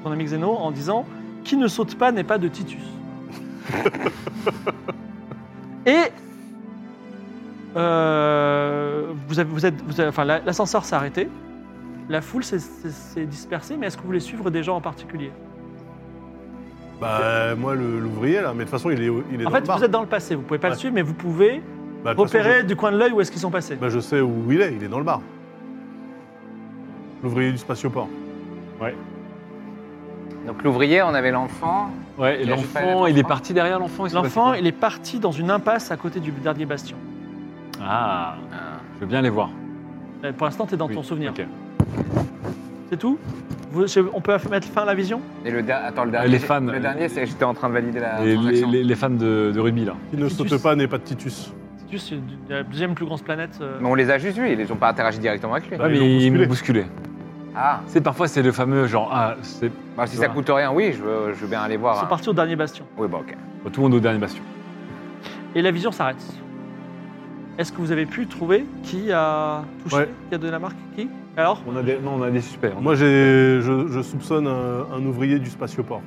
ton ami Xeno, en disant Qui ne saute pas n'est pas de Titus. et. euh, vous avez- vous êtes, vous avez- enfin, la- l'ascenseur s'est arrêté, la foule s'est- s'est s'est dispersée, mais est-ce que vous voulez suivre des gens en particulier Bah, moi, le- l'ouvrier, là, mais de toute façon, il est, au- il est En dans fait, le bar. vous êtes dans le passé, vous pouvez pas le Ouais. suivre, mais vous pouvez Bah, de toute façon, repérer du coin de l'œil où est-ce qu'ils sont passés. je- bah, je sais où il est, il est dans le bar. L'ouvrier du spatioport. Donc l'ouvrier, on avait l'enfant. Ouais, et Il y a juste pas l'enfant, la- il est parti derrière l'enfant. il s'est L'enfant, passé il est parti dans une impasse à côté du dernier bastion. quoi Ah, je veux bien les voir. Euh, Pour l'instant, t'es dans Oui, ton souvenir. ok. C'est tout Vous- je- On peut mettre fin à la vision Et le, der- attends, le dernier. Les fans. Le dernier, c'est j'étais en train de valider la. Et les, transaction. les- les fans de, de rugby là. Il ne Titus. saute pas, n'est pas de Titus. C'est juste c'est de- la deuxième plus grosse planète. euh. Mais on les a juste vus, ils n'ont pas interagi directement avec lui. Bah, Ouais, ils l'ont mais ils bousculé. m'ont bousculé. Ah, C'est parfois c'est le fameux genre ah c'est bah, si Tu ça vois. coûte rien, oui, je veux, je veux bien aller Ils voir. sont hein. partis au dernier bastion. Oui, bah ok. tout le monde au dernier bastion. Et la vision s'arrête. Est-ce que vous avez pu trouver qui a touché Ouais. Qui a donné la marque Qui Alors On a des non on a des suspects. Moi, j'ai, je, je soupçonne un, un ouvrier du spatioport.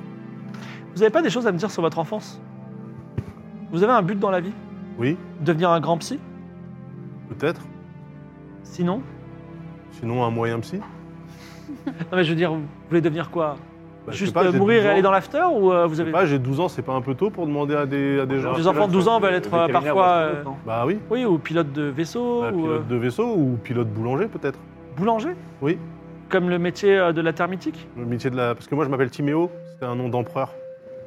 Vous n'avez pas des choses à me dire sur votre enfance Vous avez un but dans la vie Oui, Devenir un grand psy peut-être. Sinon Sinon, un moyen psy. Non, mais je veux dire, vous voulez devenir quoi Bah, je sais Juste pas, euh, j'ai mourir 12 et ans. aller dans l'after ou euh, vous Je sais avez. pas, j'ai 12 ans, c'est pas un peu tôt pour demander à des, à des gens. Les enfants de 12 ans veulent être euh, parfois. euh, Bah oui, Oui, ou pilote de vaisseau, bah, ou pilote euh, de vaisseau ou pilote boulanger peut-être. boulanger. Oui. Comme le métier euh, de la thermitique. Le métier de la. Parce que moi, je m'appelle Timéo, c'était un nom d'empereur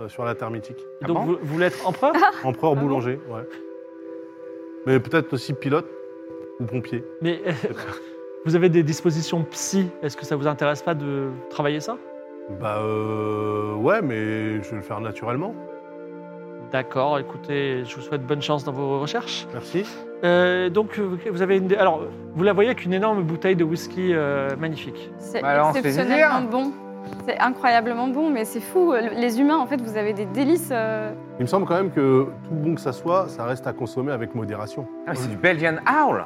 euh, sur la thermitique. Et Ah donc bon vous, vous voulez être empereur Ah Empereur bon boulanger, ouais. Mais peut-être aussi pilote ou pompier. Mais euh, vous avez des dispositions psy. Est-ce que ça vous intéresse pas de travailler ça Bah euh, ouais, mais je vais le faire naturellement. D'accord. Écoutez, je vous souhaite bonne chance dans vos recherches. Merci. Euh, donc euh, vous avez une. Alors vous la voyez avec une énorme bouteille de whisky euh, magnifique. C'est Bah alors, on se fait exceptionnellement plaisir. bon. C'est incroyablement bon, mais c'est fou. Les humains, en fait, vous avez des délices. euh, Il me semble quand même que tout bon que ça soit, ça reste à consommer avec modération. Ah, mais c'est du Belgian bah, Howl.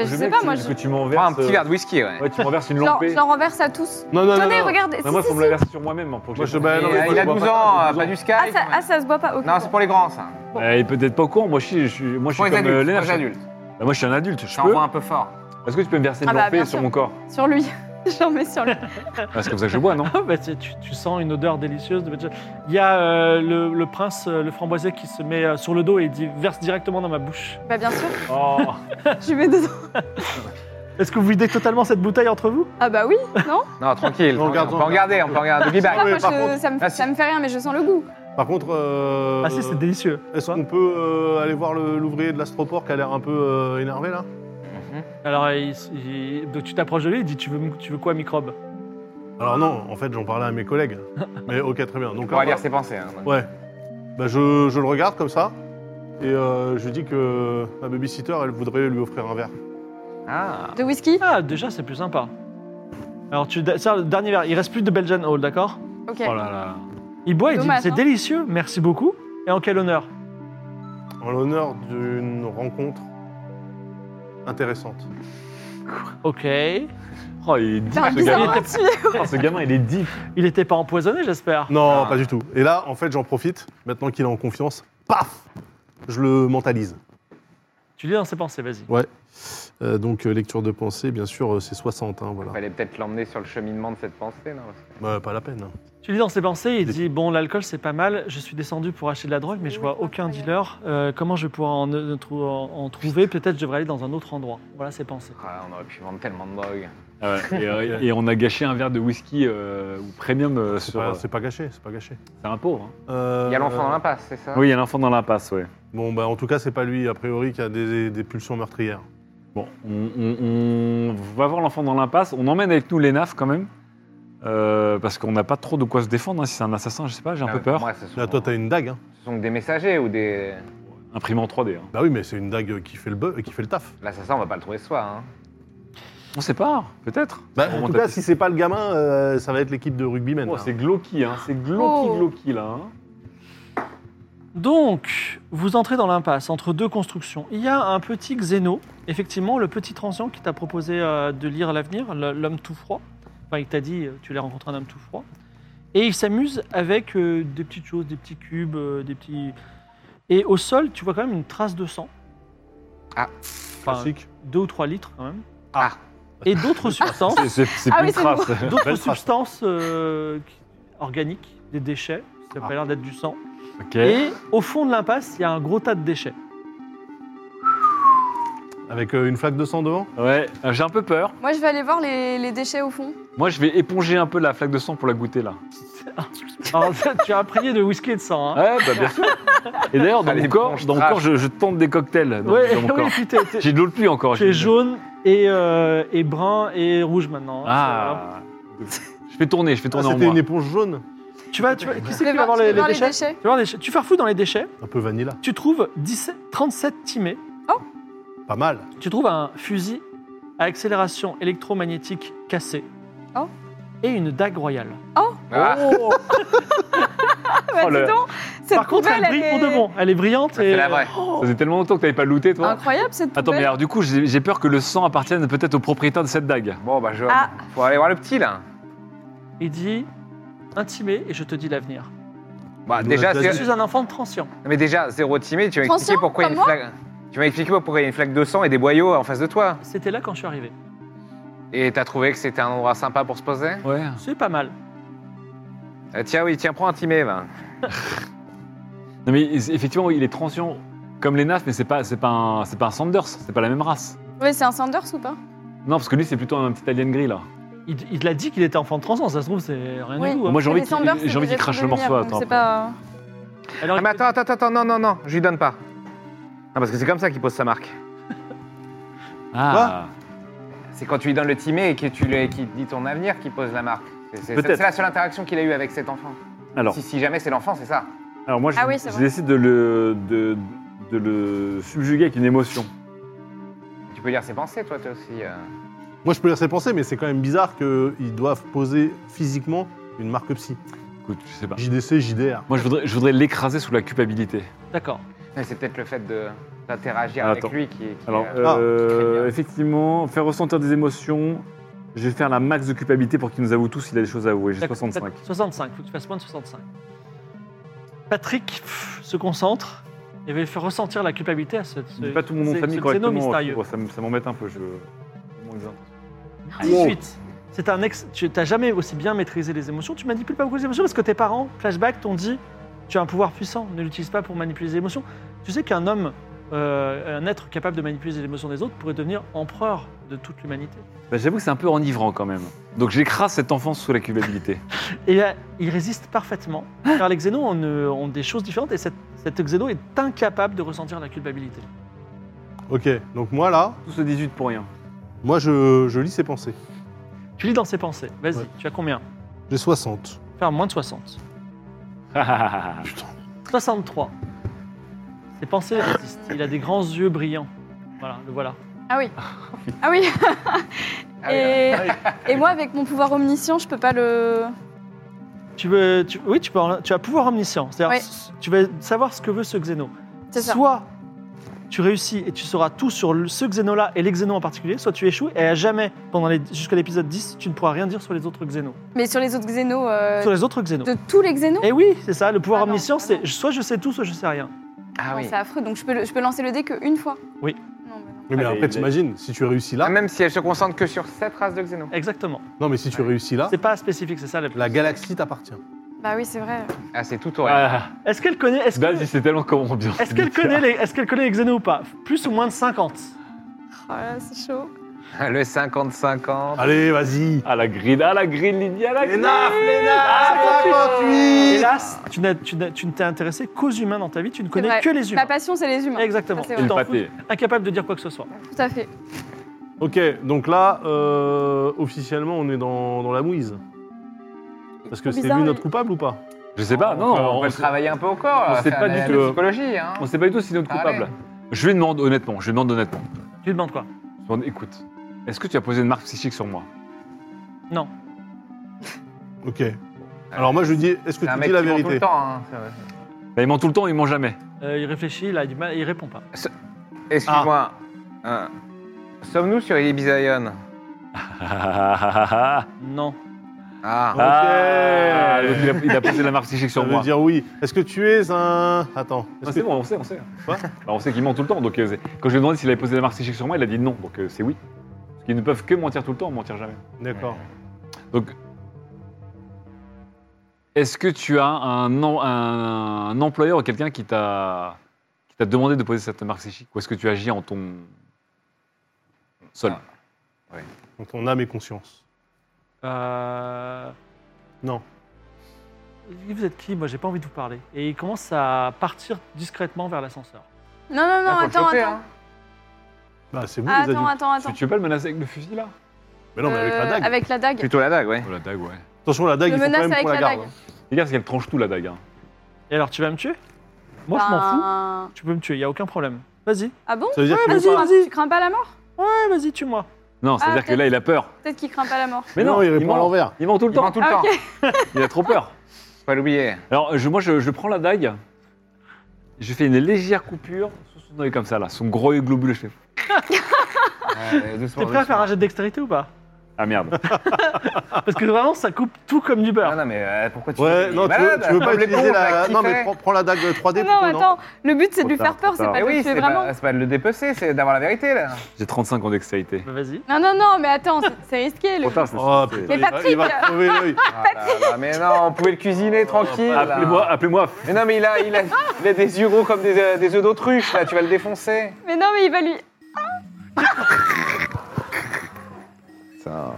je sais pas, moi, je, que tu m'en Prends un verses. petit verre de whisky, ouais. euh, Ouais, tu m'en verses une je leur, lampée. je leur renverse à tous. Non, non, non. Tenez, non. regardez. Bah, Si, moi, si, faut me si. la verser sur moi-même. hein, pour que Moi, je je- bah, Mais, non, mais euh, faut- il a faut 12 pas- ans, faut euh, pas- pas du Sky. Ah, ça, ah, ça se boit pas. ok, Non, bon. c'est pour les grands, ça. Eh, il est peut-être pas au courant. Moi, je suis, je suis- moi, je Pour suis les comme euh, adultes. Léna, Pour les je- adultes. Bah, moi, je suis un adulte. Je Ça envoie peux. un peu fort. Est-ce que tu peux me verser une Ah bah, lampée bien sur sûr. mon corps Sur lui. J'en mets sur lui. Ah, C'est comme ça que je bois, non Ah, bah, tu, tu- tu sens une odeur délicieuse. De... Il y a euh, le, le prince, euh, le framboisier, qui se met euh, sur le dos et dit verse directement dans ma bouche. Bah, bien sûr, Oh, je mets dedans. Est-ce que vous videz totalement cette bouteille entre vous Ah, bah oui. Non Non, tranquille. On regarde, on on peut regarder, on regarde. peut regarder. Be back. Ah, moi, oui, par je- contre. ça, me, Ah, ça si. me fait rien, mais je sens le goût. Par contre, euh, Ah si, c'est délicieux. est-ce qu'on peut euh, aller voir le- l'ouvrier de l'astroport qui a l'air un peu euh, énervé là Alors, il- il- donc tu t'approches de lui, il dit tu veux, tu veux quoi, microbe Alors non, en fait, j'en parlais à mes collègues. Mais ok, très bien. Donc On va là, lire ses pensées. hein. Ouais. Bah, je, je le regarde comme ça. Et euh, je lui dis que ma babysitter, elle voudrait lui offrir un verre. Ah. De whisky Ah, déjà, c'est plus sympa. Alors, tu ça, le dernier verre. Il reste plus de Belgian Hall, d'accord Ok. oh là là. Il boit, il dit Dommage, C'est hein. délicieux, merci beaucoup. Et en quel honneur En l'honneur d'une rencontre intéressante. Ok. Il Oh, il est deep, T'as un ce gamin. bizarre entier. Oh, ce gamin, il est deep. n'était pas empoisonné, j'espère Non, Ah. pas du tout. Et là, en fait, j'en profite. Maintenant qu'il est en confiance, paf Je le mentalise. Tu lis dans ses pensées, vas-y. Euh, donc, euh, lecture de pensée, bien sûr, euh, c'est 60, hein, voilà. Il fallait peut-être l'emmener sur le cheminement de cette pensée, non Bah, pas la peine. Tu lis dans ses pensées, il Des- dit Bon, l'alcool, c'est pas mal, je suis descendu pour acheter de la drogue, mais je vois aucun dealer. Euh, comment je vais pouvoir en, euh, trou- en- en trouver Peut-être je devrais aller dans un autre endroit. Voilà ses pensées. Ah, On aurait pu vendre tellement de drogue. Ah ouais, et, euh, et on a gâché un verre de whisky euh, ou premium euh, C'est sur. pas, euh, c'est pas gâché, c'est pas gâché. C'est un pauvre. hein. Euh, Il y a l'enfant dans l'impasse, c'est ça Oui, il y a l'enfant dans l'impasse, ouais. Bon, bah, en tout cas, c'est pas lui, a priori, qui a des, des pulsions meurtrières. Bon, on, on- on va voir l'enfant dans l'impasse. On emmène avec nous les nafs quand même. Euh, parce qu'on n'a pas trop de quoi se défendre. hein. Si c'est un assassin, je sais pas, j'ai un Ah, peu peur. Moi, ce sont, Là, toi, t'as une dague, hein. ce sont que des messagers ou des. Imprimé en 3D. hein. Bah oui, mais c'est une dague qui fait le, beu- qui fait le taf. L'assassin, on va pas le trouver ce soir. hein. On sait pas, peut-être. Bah, On en tout monte cas, à- si c'est pas le gamin, euh, ça va être l'équipe de rugbymen. Oh, là. c'est glauqui, hein. C'est glauqui, Oh. glauqui, là. hein. Donc, vous entrez dans l'impasse entre deux constructions. Il y a un petit Xéno, effectivement, le petit transient qui t'a proposé euh, de lire l'avenir, le- l'homme tout froid. Enfin, il t'a dit, euh, tu l'as rencontré un homme tout froid. Et il s'amuse avec euh, des petites choses, des petits cubes, euh, des petits. Et au sol, tu vois quand même une trace de sang. Ah. Enfin, Classique. deux ou trois litres quand même. Ah. Et d'autres substances, C'est- C'est c'est Ah plus oui, une c'est trace. d'autres Belle trace. substances euh, qui- organiques, des déchets. Ça n'a Ah. pas l'air d'être du sang. Ok. Et au fond de l'impasse, il y a un gros tas de déchets. Avec euh, une flaque de sang devant Ouais, euh, j'ai un peu peur. Moi, je vais aller voir les, les déchets au fond. Moi, je vais éponger un peu la flaque de sang pour la goûter, là. Alors, tu as imprégné de whisky et de sang. Hein. Ouais, bah bien sûr. Et d'ailleurs, dans Allez, mon corps, éponge dans mon trash. corps je, je tente des cocktails. Dans, Ouais, dans mon oui, corps. puis t'es, t'es- J'ai de l'eau de pluie encore. tu es j'ai- jaune et, euh, et brun et rouge maintenant. hein. Ah. Je fais tourner, je fais Ah, tourner en C'était moi. une éponge C'est jaune, vrai. Tu vas, tu vas, qui Je c'est vais qui va voir je vais les, les déchets déchets. Tu vas voir les déchets. Tu farfouilles dans les déchets, un peu vanilla. tu trouves 17 37 timés, Pas mal. tu trouves un fusil à accélération électromagnétique cassé Oh. et une dague royale. Ah, Oh Ah, bah, Oh, le- dis donc, cette Par contre, elle poubelle, brille elle pour de est- bon. Elle est brillante. c'est et- la vraie. Ça faisait tellement longtemps que t'avais pas looté, toi. Incroyable cette Attends, mais poubelle. alors du coup, j'ai j'ai peur que le sang appartienne peut-être au propriétaire de cette dague. Bon, bah, je. Ah. Faut aller voir le petit, là. Il dit intimé et je te dis l'avenir. Bah, Il nous déjà, l'a Je déjà c'est- dit. suis un enfant de transient. Non, mais déjà, zéro timide, tu m'as Transient, expliqué pourquoi il y a une comme moi flaque. Tu m'as expliqué pourquoi il y a une flaque de sang et des boyaux en face de toi. C'était là quand je suis arrivé. Et t'as trouvé que c'était un endroit sympa pour se poser Ouais. C'est pas mal. Euh, Tiens, oui, tiens, prends un timé, va. Non mais effectivement, oui, il est transient comme les nafs, mais c'est pas, c'est pas un, c'est pas un Sanders, c'est pas la même race. Ouais, c'est un Sanders ou pas Non, parce que lui, c'est plutôt un petit alien gris là. Il, il a dit qu'il était enfant de transient, ça se trouve, c'est rien Oui. du tout. hein. Moi, j'ai envie Les qu'il- Sanders, j'ai c'est envie des qu'il crache le êtres de morceau, lumière, attends, donc c'est après. pas- Alors, Ah, mais attends, attends, attends, non, non, non, je lui donne pas. Non, parce que c'est comme ça qu'il pose sa marque. Ah. C'est quand tu lui donnes le timé et que tu lui qu'il te dit ton avenir qu'il pose la marque. C'est- C'est Peut-être. c'est la seule interaction qu'il a eue avec cet enfant. Alors, Si, si jamais c'est l'enfant, c'est ça. alors moi, je, Ah oui, c'est je vrai. décide de le, de, de le subjuguer avec une émotion. Tu peux lire ses pensées, toi, toi aussi. euh. Moi, je peux lire ses pensées, mais c'est quand même bizarre qu'ils doivent poser physiquement une marque psy. Écoute, je sais pas. JDC, JDR. Moi, je voudrais, je voudrais l'écraser sous la culpabilité. D'accord. Mais C'est peut-être le fait de- d'interagir Ah, avec attends. lui qui. qui, Alors, euh, euh, bien. effectivement, faire ressentir des émotions. Je vais faire la max de culpabilité pour qu'il nous avoue tous s'il a des choses à avouer. J'ai D'accord, 65. 65, faut que tu fasses moins de 65. Patrick pff, se concentre et va lui faire ressentir la culpabilité à ce. Je dis pas tout mon nom de famille C'est correctement. mystérieux. Ça m- ça m'embête un peu. Je... manque d'intention. 18. Ah, C'est un ex. Tu n'as jamais aussi bien maîtrisé les émotions. Tu manipules pas beaucoup les émotions parce que tes parents, flashback, t'ont dit tu as un pouvoir puissant, ne l'utilise pas pour manipuler les émotions. Tu sais qu'un homme, euh, un être capable de manipuler les émotions des autres pourrait devenir empereur de toute l'humanité. Bah, J'avoue que c'est un peu enivrant quand même. Donc j'écrase cette enfance sous la culpabilité. Et là, il résiste parfaitement, car les xénos ont, euh, ont des choses différentes et cette- cet xéno est incapable de ressentir la culpabilité. Ok, donc moi, là, Tout ce 18 pour rien. moi, je, je lis ses pensées. Tu lis dans ses pensées. Vas-y, Ouais. tu as combien J'ai 60. Faire moins de 60. Putain. 63. Ses pensées résistent. Il a des grands yeux brillants. Voilà, le voilà. Ah oui. Ah oui. Ah oui, Et, et moi, avec mon pouvoir omniscient, je peux pas le. Tu veux, tu- oui, tu, peux, en- tu as pouvoir omniscient. C'est-à-dire, Oui. s- tu vas savoir ce que veut ce xéno. C'est ça. Soit tu réussis et tu sauras tout sur le- ce xéno-là et les xénos en particulier, soit tu échoues et à jamais, pendant les- jusqu'à l'épisode 10, tu ne pourras rien dire sur les autres xénos. Mais sur les autres xénos, euh, sur les autres xénos. de tous les xénos Et oui, c'est ça, le pouvoir Ah non, omniscient, ah c'est non. soit je sais tout, soit je sais rien. Ah Non, oui. oh, C'est affreux, donc je peux, le- je peux lancer le dé qu'une fois. Oui. Non, bah non. Oui, Allez, mais après, les- t'imagines, si tu réussis Ah, là. Même si elle se concentre que sur cette race de xéno. Exactement. Non, mais si tu réussis là, C'est pas spécifique, c'est ça. le- Ah. la galaxie t'appartient. Bah oui, c'est vrai. Ah, c'est tout au Ah, Est-ce qu'elle connaît, est-ce Daz, que- il sait tellement comment bien. est-ce qu'elle connaît, les, est-ce qu'elle connaît les xénos ou pas Plus ou moins de 50. Oh là, c'est chaud. Ah. Le 50-50. Allez, vas-y. À la grille, à la grille, Lydie, à la grille. Lénaf, Lénaf, Ah, 58. Hélas, tu, n'as- tu n'as- tu ne t'es intéressé qu'aux humains dans ta vie, tu ne connais vrai. que les Ma humains. passion, c'est les humains. Exactement. Ça, c'est Et Tu le t'en pâté. fous, incapable de dire quoi que ce soit. Tout à fait. Ok, donc là, euh, officiellement, on est dans, dans la mouise. Parce que Trop c'est bizarre, lui mais- notre coupable ou pas Je sais pas, On Ah, non, peut- non, on peut le sait- travailler un peu au corps. on là, sait faire pas la- du la tout. euh, Psychologie, hein. On sait pas du tout si notre Allez. coupable. Je lui demande honnêtement, je lui demande honnêtement. Tu lui demandes quoi Je lui demande, écoute, est-ce que tu as posé une marque psychique sur moi Non. Ok. Alors moi, je lui dis, est-ce que C'est un tu mec dis la qui ment tout le vérité temps. hein. Bah, Il ment tout le temps, il ment jamais. Euh, Il réfléchit, là, il, a du mal, il répond pas. Excuse-moi. euh, Sommes-nous sur Ibizaïon Ah, ah, ah, Non. Ah. Ah. ah. Donc, il, a, il a posé la marque psychique Ça sur veut moi. dire oui. Est-ce que tu es un... Attends. est-ce Ah, que- c'est bon, on sait, on sait. Quoi Bah, on sait qu'il ment tout le temps. Donc, euh, c'est- quand je lui ai demandé s'il avait posé la marque psychique sur moi, il a dit non. Donc, euh, c'est oui. Parce qu'ils ne peuvent que mentir tout le temps, mentir jamais. D'accord. Donc, est-ce que tu as un, em- un- un employeur ou quelqu'un qui t'a qui t'a demandé de poser cette marque psychique Ou est-ce que tu agis en ton seul Ah. Donc on a mes consciences. Euh... Non. Vous êtes qui Moi, j'ai pas envie de vous parler. Et il commence à partir discrètement vers l'ascenseur. Non, non, non, Ah, faut le attends, choper, attends. hein. Bah c'est vous les Ah, Attends, adultes. attends, Tu, attends. tu veux pas le menacer avec le fusil là Mais non, mais avec la Euh, dague. Avec la dague. Plutôt la dague, ouais. Oh la dague, ouais. Attention, la dague, Je il faut menace quand même avec qu'on la la garde. dague. hein. Regarde qu'elle tranche tout la dague. hein. Et alors, tu vas me tuer Moi, je m'en fous. Ben, Tu peux me tuer, y a aucun problème. Vas-y. Ah bon Ça veut dire Ouais, qu'il vas-y, veut pas. vas-y. Tu crains pas la mort Ouais, vas-y, tue-moi. Non, c'est-à-dire que peut-être. là, il a peur. Peut-être qu'il craint pas la mort. Mais non, il répond ment. à l'envers. Il ment tout le Il ment temps. tout le Ah, temps. ok. Il a trop peur. Faut pas l'oublier. Alors, je- moi, je, je prends la dague. Je fais une légère coupure sous son œil comme ça, là. Son gros œil globuleux, je fais. Ouais, doucement, T'es prêt à faire doucement. un jet de dextérité ou pas Ah merde. Parce que vraiment, ça coupe tout comme du Non, beurre. non, mais euh, pourquoi tu Ouais, il est non, tu veux, malade. tu veux pas Comme les utiliser cons, là, la... qui Non, mais fait. prends, prends la dague 3D Ah Non, plutôt, non attends. Le but, c'est de lui Trop tard, faire peur, trop c'est tard. pas Eh de oui, le tuer c'est vraiment. pas, c'est pas de le dépecer, c'est d'avoir la vérité là. J'ai 35 en dextérité. Bah, vas-y. Non, non, non, mais attends, c'est- c'est risqué. Le... Trop tard, c'est- Oh c'est- putain, Mais il va- il va Patrick crever l'œil. Ah là là, mais non, on pouvait le cuisiner tranquille. là. Appelez-moi, appelez-moi. Mais non, mais il a, il a, il a des yeux gros comme des, euh, des œufs d'autruche là, tu vas le défoncer. Mais non, mais il va lui. Putain. hein.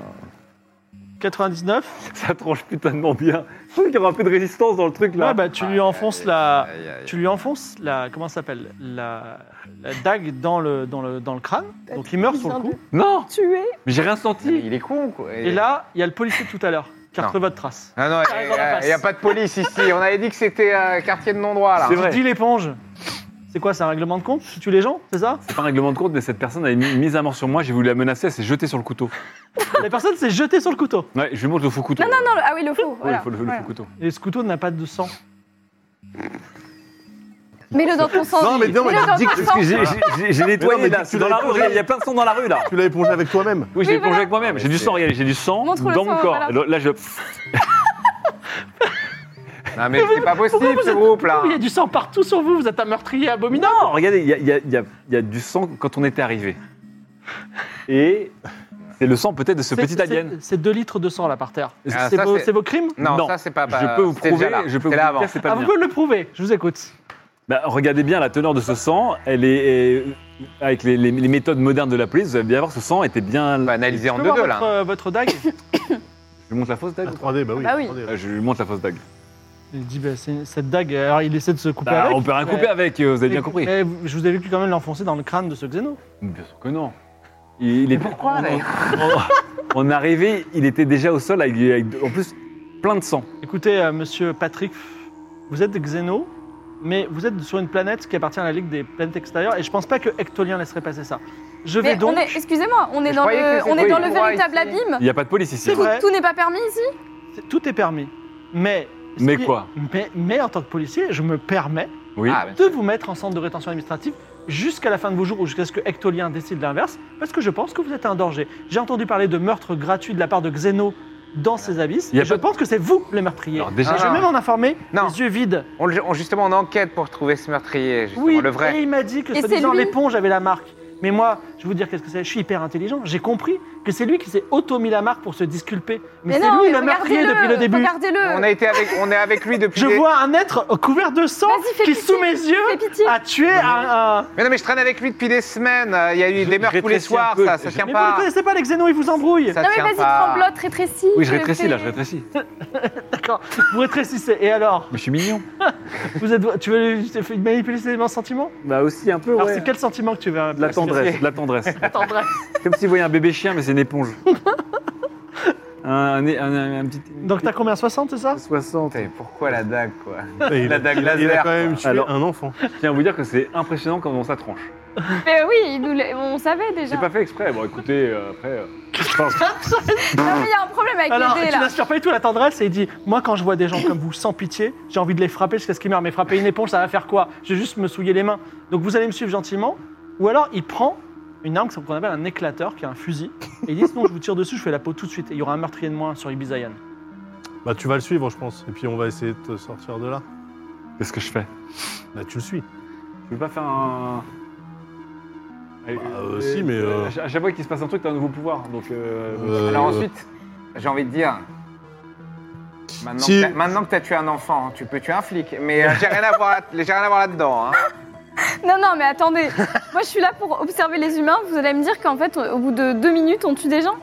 99. Ça tranche putainement bien. Je trouve qu'il y aura un peu de résistance dans le truc là. Ouais, bah, tu lui enfonces la. Tu lui enfonces la. Comment ça s'appelle la, la dague dans le, dans, le, dans le crâne. Donc, il meurt sur le coup. Non, Tuer mais j'ai rien senti. Il est con quoi. Et là, il y a le policier de tout à l'heure qui a Non. retrouvé votre trace. Ah non, arrive dans la il n'y a passe. pas de police ici. On avait dit que c'était euh, quartier de non-droit là. C'est vrai. Dis l'éponge. C'est quoi, c'est un règlement de compte Tu tues les gens, c'est ça C'est pas un règlement de compte, mais cette personne avait mis une mise à mort sur moi. J'ai voulu la menacer, elle s'est jetée sur le couteau. La personne s'est jetée sur le couteau. Ouais, je lui montre le faux couteau. Non, non, non, le- ah oui, le faux. Ouais, voilà. il faut le, le Voilà. faux couteau. Et ce couteau n'a pas de sang. Mets-le dans ton sang. Non, mais non, mais Mets-le dans dis que- ton sang. J'ai j'ai- j'ai Mais non, mais nettoyé là, tu- tu c'est dans la l'as rue, éponger. il y a plein de sang dans la rue là. Tu l'as épongé avec toi-même. Oui, j'ai Oui, voilà. plongé avec moi-même. J'ai du sang, regardez, j'ai du sang Montre le dans sang, mon corps. voilà. Là, je. Non mais c'est pas Pourquoi possible vous ce êtes- groupe là. Pourquoi Il y a du sang partout sur vous, vous êtes un meurtrier abominable. Non, regardez, il y a, il y a- il y a- il y a du sang quand on était arrivé. Et c'est le sang peut-être de ce C'est- petit c'est- alien. C'est 2 litres de sang là par terre. Ah, c'est ça, vos, c'est- c'est vos crimes Non, Non. ça c'est pas. bah, je peux vous c'était prouver, déjà je là. peux C'était vous là dire, avant. c'est pas Ah, le vous mien. pouvez le prouver, je vous écoute. Bah, regardez bien la teneur de ce sang. Elle est est- avec les, les- les méthodes modernes de la police. Vous allez bien voir, ce sang était bien. On va analyser en Je peux voir deux-deux votre, là. euh, votre dague Je lui montre la fausse dague. La 3D, bah oui. Bah oui. 3D, Euh, Ah. Je lui montre la fausse dague. Il dit, bah, c'est- cette dague, alors il essaie de se couper Bah, avec. on peut rien mais- couper avec. euh, Vous avez bien compris. Mais je vous ai vu quand même l'enfoncer dans le crâne de ce xéno. Bien sûr que non. Il, il est pourquoi, on, d'ailleurs on- on est arrivé, il était déjà au sol avec, avec- en plus plein de sang. Écoutez, euh, monsieur Patrick, vous êtes xéno, mais vous êtes sur une planète qui appartient à la Ligue des planètes extérieures et je pense pas que Hectolien laisserait passer ça. Je vais Mais donc. on est- excusez-moi, on est Je dans croyais que le, c'était on est dans le droit véritable ici. abîme. Il n'y a pas de police ici. C'est vrai. Tout, tout n'est pas permis ici. C'est- Tout est permis. Mais. Mais si- quoi mais, mais en tant que policier, je me permets Oui. Ah, bien de sûr. vous mettre en centre de rétention administrative jusqu'à la fin de vos jours ou jusqu'à ce que Hectolien décide l'inverse, parce que je pense que vous êtes un danger. J'ai entendu parler de meurtres gratuits de la part de Xeno dans ses abysses. Il y a et je pas de- pense que c'est vous les meurtriers. Alors, déjà- Ah. Et je vais même en informer, Non. les yeux vides. On le- on- justement, on enquête pour trouver ce meurtrier, justement, Oui, le vrai. et il m'a dit que Et c'est soi-disant lui. l'éponge avait la marque. Mais moi, je vais vous dire qu'est-ce que c'est. Je suis hyper intelligent. J'ai compris que c'est lui qui s'est auto-mis la marque pour se disculper. Mais, c'est lui mais le meurtrier regardez-le, depuis le début. Regardez-le. On a été avec, on est avec lui depuis. Je des- vois un être couvert de sang Vas-y, fais qui, pitié, sous mes yeux, Fais pitié. a tué un- un, Mais non, mais je traîne avec lui depuis des semaines. euh, Il y a Je- eu des je meurtres tous les rétrécis un soirs, peu, ça, ça je- tient Mais vous ne pas. connaissez pas les Xénos, ils vous embrouillent. Ça Non, mais tient vas-y, pas. tremblote, rétrécis. Oui, je fais- rétrécis là, fais- je rétrécis. D'accord, vous rétrécissez. Et alors Mais je suis mignon. vous êtes, Tu veux lui- tu veux manipuler ses sentiments Bah aussi un peu, Alors, c'est quel sentiment que tu veux euh, De la tendresse, de la tendresse. tendresse. Comme si vous voyez un bébé chien, mais c'est une éponge. un, un, un- un petit. Donc, t'as combien 60, c'est ça 60. Putain, Pourquoi la dague, quoi Et il, La a, dague il a laser, quand même tué Alors- un enfant. Je tiens à vous dire que c'est impressionnant comment ça tranche. Mais oui, il nous l'a- on savait déjà. J'ai pas fait exprès. Bon, écoutez, euh, après. euh, je pense- Non, mais il y a un problème avec Alors, les dés tu là. n'aspires pas du tout à la tendresse et il dit Moi, quand je vois des gens comme vous sans pitié, j'ai envie de les frapper jusqu'à ce qu'ils meurent. Mais frapper une éponge, ça va faire quoi Je vais juste me souiller les mains. Donc, vous allez me suivre gentiment. Ou alors, il prend une arme qu'on appelle un éclateur, qui est un fusil. Et il dit Sinon, je vous tire dessus, je fais la peau tout de suite. Et il y aura un meurtrier de moins sur Ibizayan. Bah, tu vas le suivre, je pense. Et puis, on va essayer de te sortir de là. Qu'est-ce que je fais Bah, tu le suis. Je veux pas faire un. Bah, euh, si, mais, euh, À chaque à chaque fois qu'il se passe un truc, t'as un nouveau pouvoir. Donc. euh, Euh, Alors ensuite, j'ai envie de dire. Maintenant, Si- que t'as- maintenant que t'as tué un enfant, tu peux tuer un flic. Mais euh, j'ai rien à voir, là- j'ai rien à voir là-dedans. hein. Non, non, mais attendez. Moi, je suis là pour observer les humains. Vous allez me dire qu'en fait, au bout de deux minutes, on tue des gens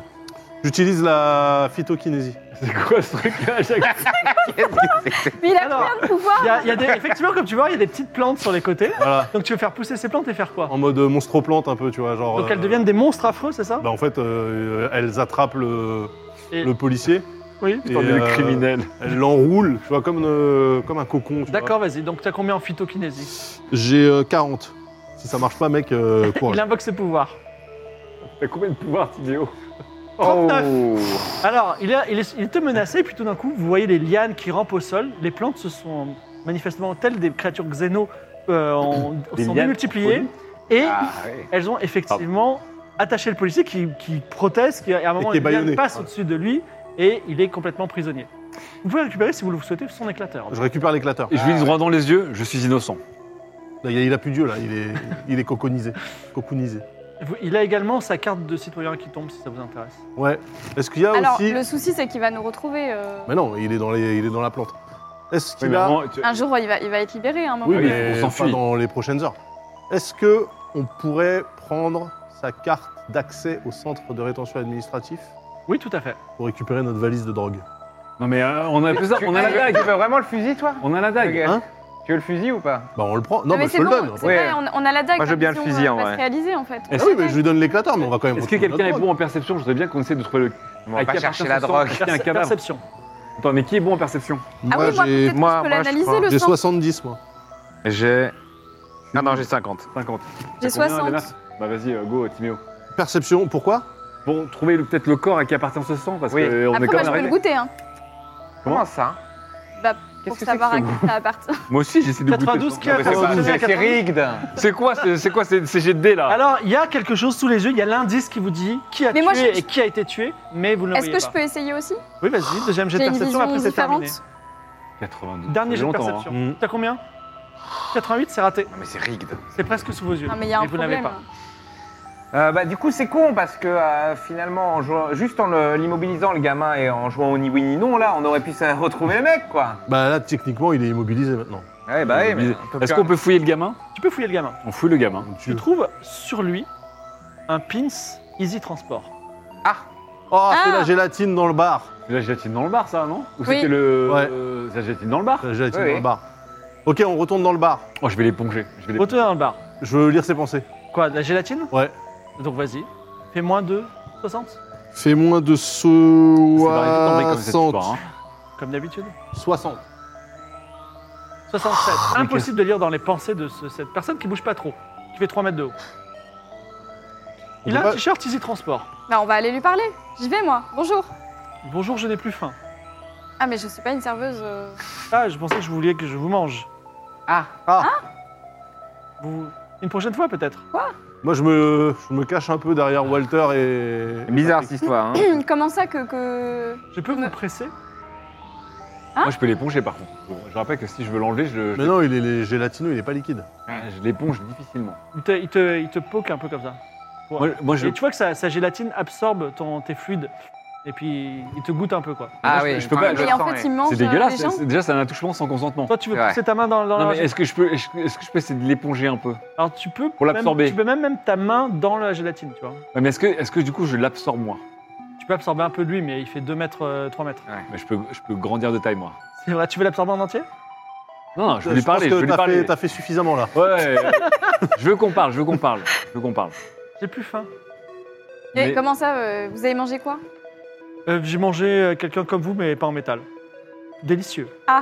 J'utilise la phytokinésie. C'est quoi ce truc-là à chaque- Mais il a Alors, plein de pouvoirs. Il y a- il y a des- effectivement, comme tu vois, il y a des petites plantes sur les côtés. Voilà. Donc tu veux faire pousser ces plantes et faire quoi En mode euh, monstre plante un peu, tu vois. Genre, Donc elles euh, deviennent des monstres affreux, c'est ça Bah, en fait, euh, elles attrapent le, Et- le policier. Oui. Et, Putain, le euh, criminel. Elles l'enroulent, tu vois, comme, euh, comme un cocon. tu vois. D'accord, vas-y. Donc t'as combien en phytokinésie J'ai euh, 40. Si ça marche pas, mec, euh, Il courage. invoque ses pouvoirs. T'as combien de pouvoir, Tidéo 39. Oh. Alors, il, a- il, est- il était menacé, puis tout d'un coup, vous voyez les lianes qui rampent au sol. Les plantes se sont manifestement, telles des créatures xéno, euh, en- Des sont lianes démultipliées. Et Ah, oui. elles ont effectivement attaché le policier qui, qui proteste, qui à un moment qui est une liane bâillonné. passe au-dessus de lui, et il est complètement prisonnier. Vous pouvez récupérer, si vous le souhaitez, son éclateur. Je récupère l'éclateur. Et je lui dis droit dans les yeux, je suis innocent. Là, il a plus Dieu, là. Il est, il est coconisé. Coconisé. Vous- Il a également sa carte de citoyen qui tombe, si ça vous intéresse. Ouais. Est-ce qu'il y a Alors, aussi. le souci, c'est qu'il va nous retrouver. euh, Mais non, il est dans, les, il est dans la plante. Est-ce qu'il Oui, mais a. vraiment, tu- Un jour, il va, il va être libéré, hein, un moment. Oui, Ah oui, mais on on s'enfuit. s'enfuit dans les prochaines heures. Est-ce que on pourrait prendre sa carte d'accès au centre de rétention administratif Oui, tout à fait. pour récupérer notre valise de drogue Non mais euh, on a plus ça, Tu- on a tu- la Tu dague. veux vraiment le fusil, toi On a la dague. Ok. hein Tu veux le fusil ou pas Bah on le prend. Non, Non, bah, Ah, mais je te c'est le bon, donne. c'est Ouais. vrai, on, on a la dague. Moi, je la veux bien le vision, fusil, euh, en va vrai. se réaliser, en fait. Ah oui, mais je lui donne l'éclateur, mais on va quand même. Est-ce que retrouver quelqu'un est notre drogue. bon en perception Je voudrais bien qu'on essaie de trouver le. On à va qui pas appartient chercher ce la sang drogue. Est-ce qu'il y a un Perce- cadavre Perception. Attends, mais qui est bon en perception Ah oui, moi, j'ai- moi- peut-être que je peux moi, je l'analyser, crois. le j'ai sang. 70 moi. J'ai. Ah non, j'ai 50. 50. J'ai Combien, 60. Léna Bah vas-y, euh, go, Timéo. Perception, pourquoi Bon, trouver le- peut-être le corps à qui appartient ce sang, parce Oui. que qu'on est Après, quand moi, même je peux le arrivé. goûter, hein, Comment ça Bah, Qu'est-ce pour que c'est savoir que à ce qui ça appartient. Moi aussi, j'essaie de goûter. 92 ce sang. qui a Non, mais c'est pas- fonctionné. C'est c'est rigged C'est quoi, ce- c'est quoi ces ces jets de dés là Alors, il y a quelque chose sous les yeux, il y a l'indice qui vous dit qui a Mais tué moi, je- et qui a été tué, mais vous ne le Est-ce voyez que pas. je peux essayer aussi Oui, vas-y, deuxième jet de J'ai une perception, vision après c'est terminé. différente. 92. Dernier jet Ça fait de longtemps, perception. hein. hein. T'as combien 88, c'est raté. Non, mais c'est rigged. C'est presque sous vos yeux. Non, mais il y a un vous n'avez problème. pas. Euh, bah, du coup, c'est con parce que euh, finalement, en jouant- juste en le- l'immobilisant, le gamin, et en jouant au ni oui ni non, là, on aurait pu se retrouver le mec, quoi. Bah là techniquement il est immobilisé maintenant. Ouais, bah oui, mais. Est-ce qu'on peut fouiller le gamin Tu peux fouiller le gamin. On fouille le gamin. Mmh. Tu trouves sur lui un pins Easy Transport. Oh c'est Ah la gélatine dans le bar. La gélatine dans le bar, ça, non Ou Oui. c'était le. Ouais. euh, La gélatine dans le bar La gélatine Oui, dans oui. le bar. Ok on retourne dans le bar. Oh, je vais l'éponger. Je vais l'éponger. Retournez dans le bar. Je veux lire ses pensées. Quoi, de la gélatine Ouais. Donc vas-y. Fais moins de 60, Fait moins de C'est barré tout en briques, comme cette 60. histoire, hein. comme d'habitude. 60. 67. Impossible de lire dans les pensées de ce- cette personne qui bouge pas trop, qui fait 3 mètres de haut. On Il peut a un pas- t-shirt Easy Transport. Bah, on va aller lui parler. J'y vais, moi. Bonjour. Bonjour, je n'ai plus faim. Ah, mais je suis pas une serveuse. euh. Ah, je pensais que je voulais que je vous mange. Ah, Vous... Une prochaine fois, peut-être Moi, je me, je me cache un peu derrière Walter et. bizarre cette histoire. Hein. Comment ça que. que... Je peux vous presser Moi, je peux l'éponger par contre. Je rappelle que si je veux l'enlever, je, Mais non, il est, les gélatineux, il est pas liquide. je- je l'éponge difficilement. il te, il, te, il te poke un peu comme ça. Moi, moi, je, Et tu vois que sa, sa gélatine absorbe ton, tes fluides. Et puis, il te goûte un peu, quoi. Ah je- oui, je peux pas- le Et en sang fait, est- il mange c'est euh, dégueulasse. les gens. c'est- Déjà, c'est un attouchement sans consentement. Toi, tu veux C'est vrai. pousser ta main dans, dans Non, la mais est-ce que je peux, est-ce que- est-ce que je peux essayer de l'éponger un peu Alors, tu peux, Pour l'absorber. même- tu peux même, même ta main dans la gélatine, tu vois. Ouais, Mais est-ce que, est-ce que du coup, je l'absorbe moi Tu peux absorber un peu de lui, mais il fait 2 mètres, euh, 3 mètres. Mais je peux, je peux grandir de taille moi. C'est vrai, tu veux l'absorber en entier Non, non, je veux lui pense parler. que Je veux lui t'as parler. fait- t'as fait suffisamment là. Ouais. je veux qu'on parle. Je veux qu'on parle. Je veux qu'on parle. J'ai plus faim. Et Mais- Comment ça euh, Vous avez mangé quoi Euh, J'ai mangé euh, quelqu'un comme vous, mais pas en métal. Délicieux. Ah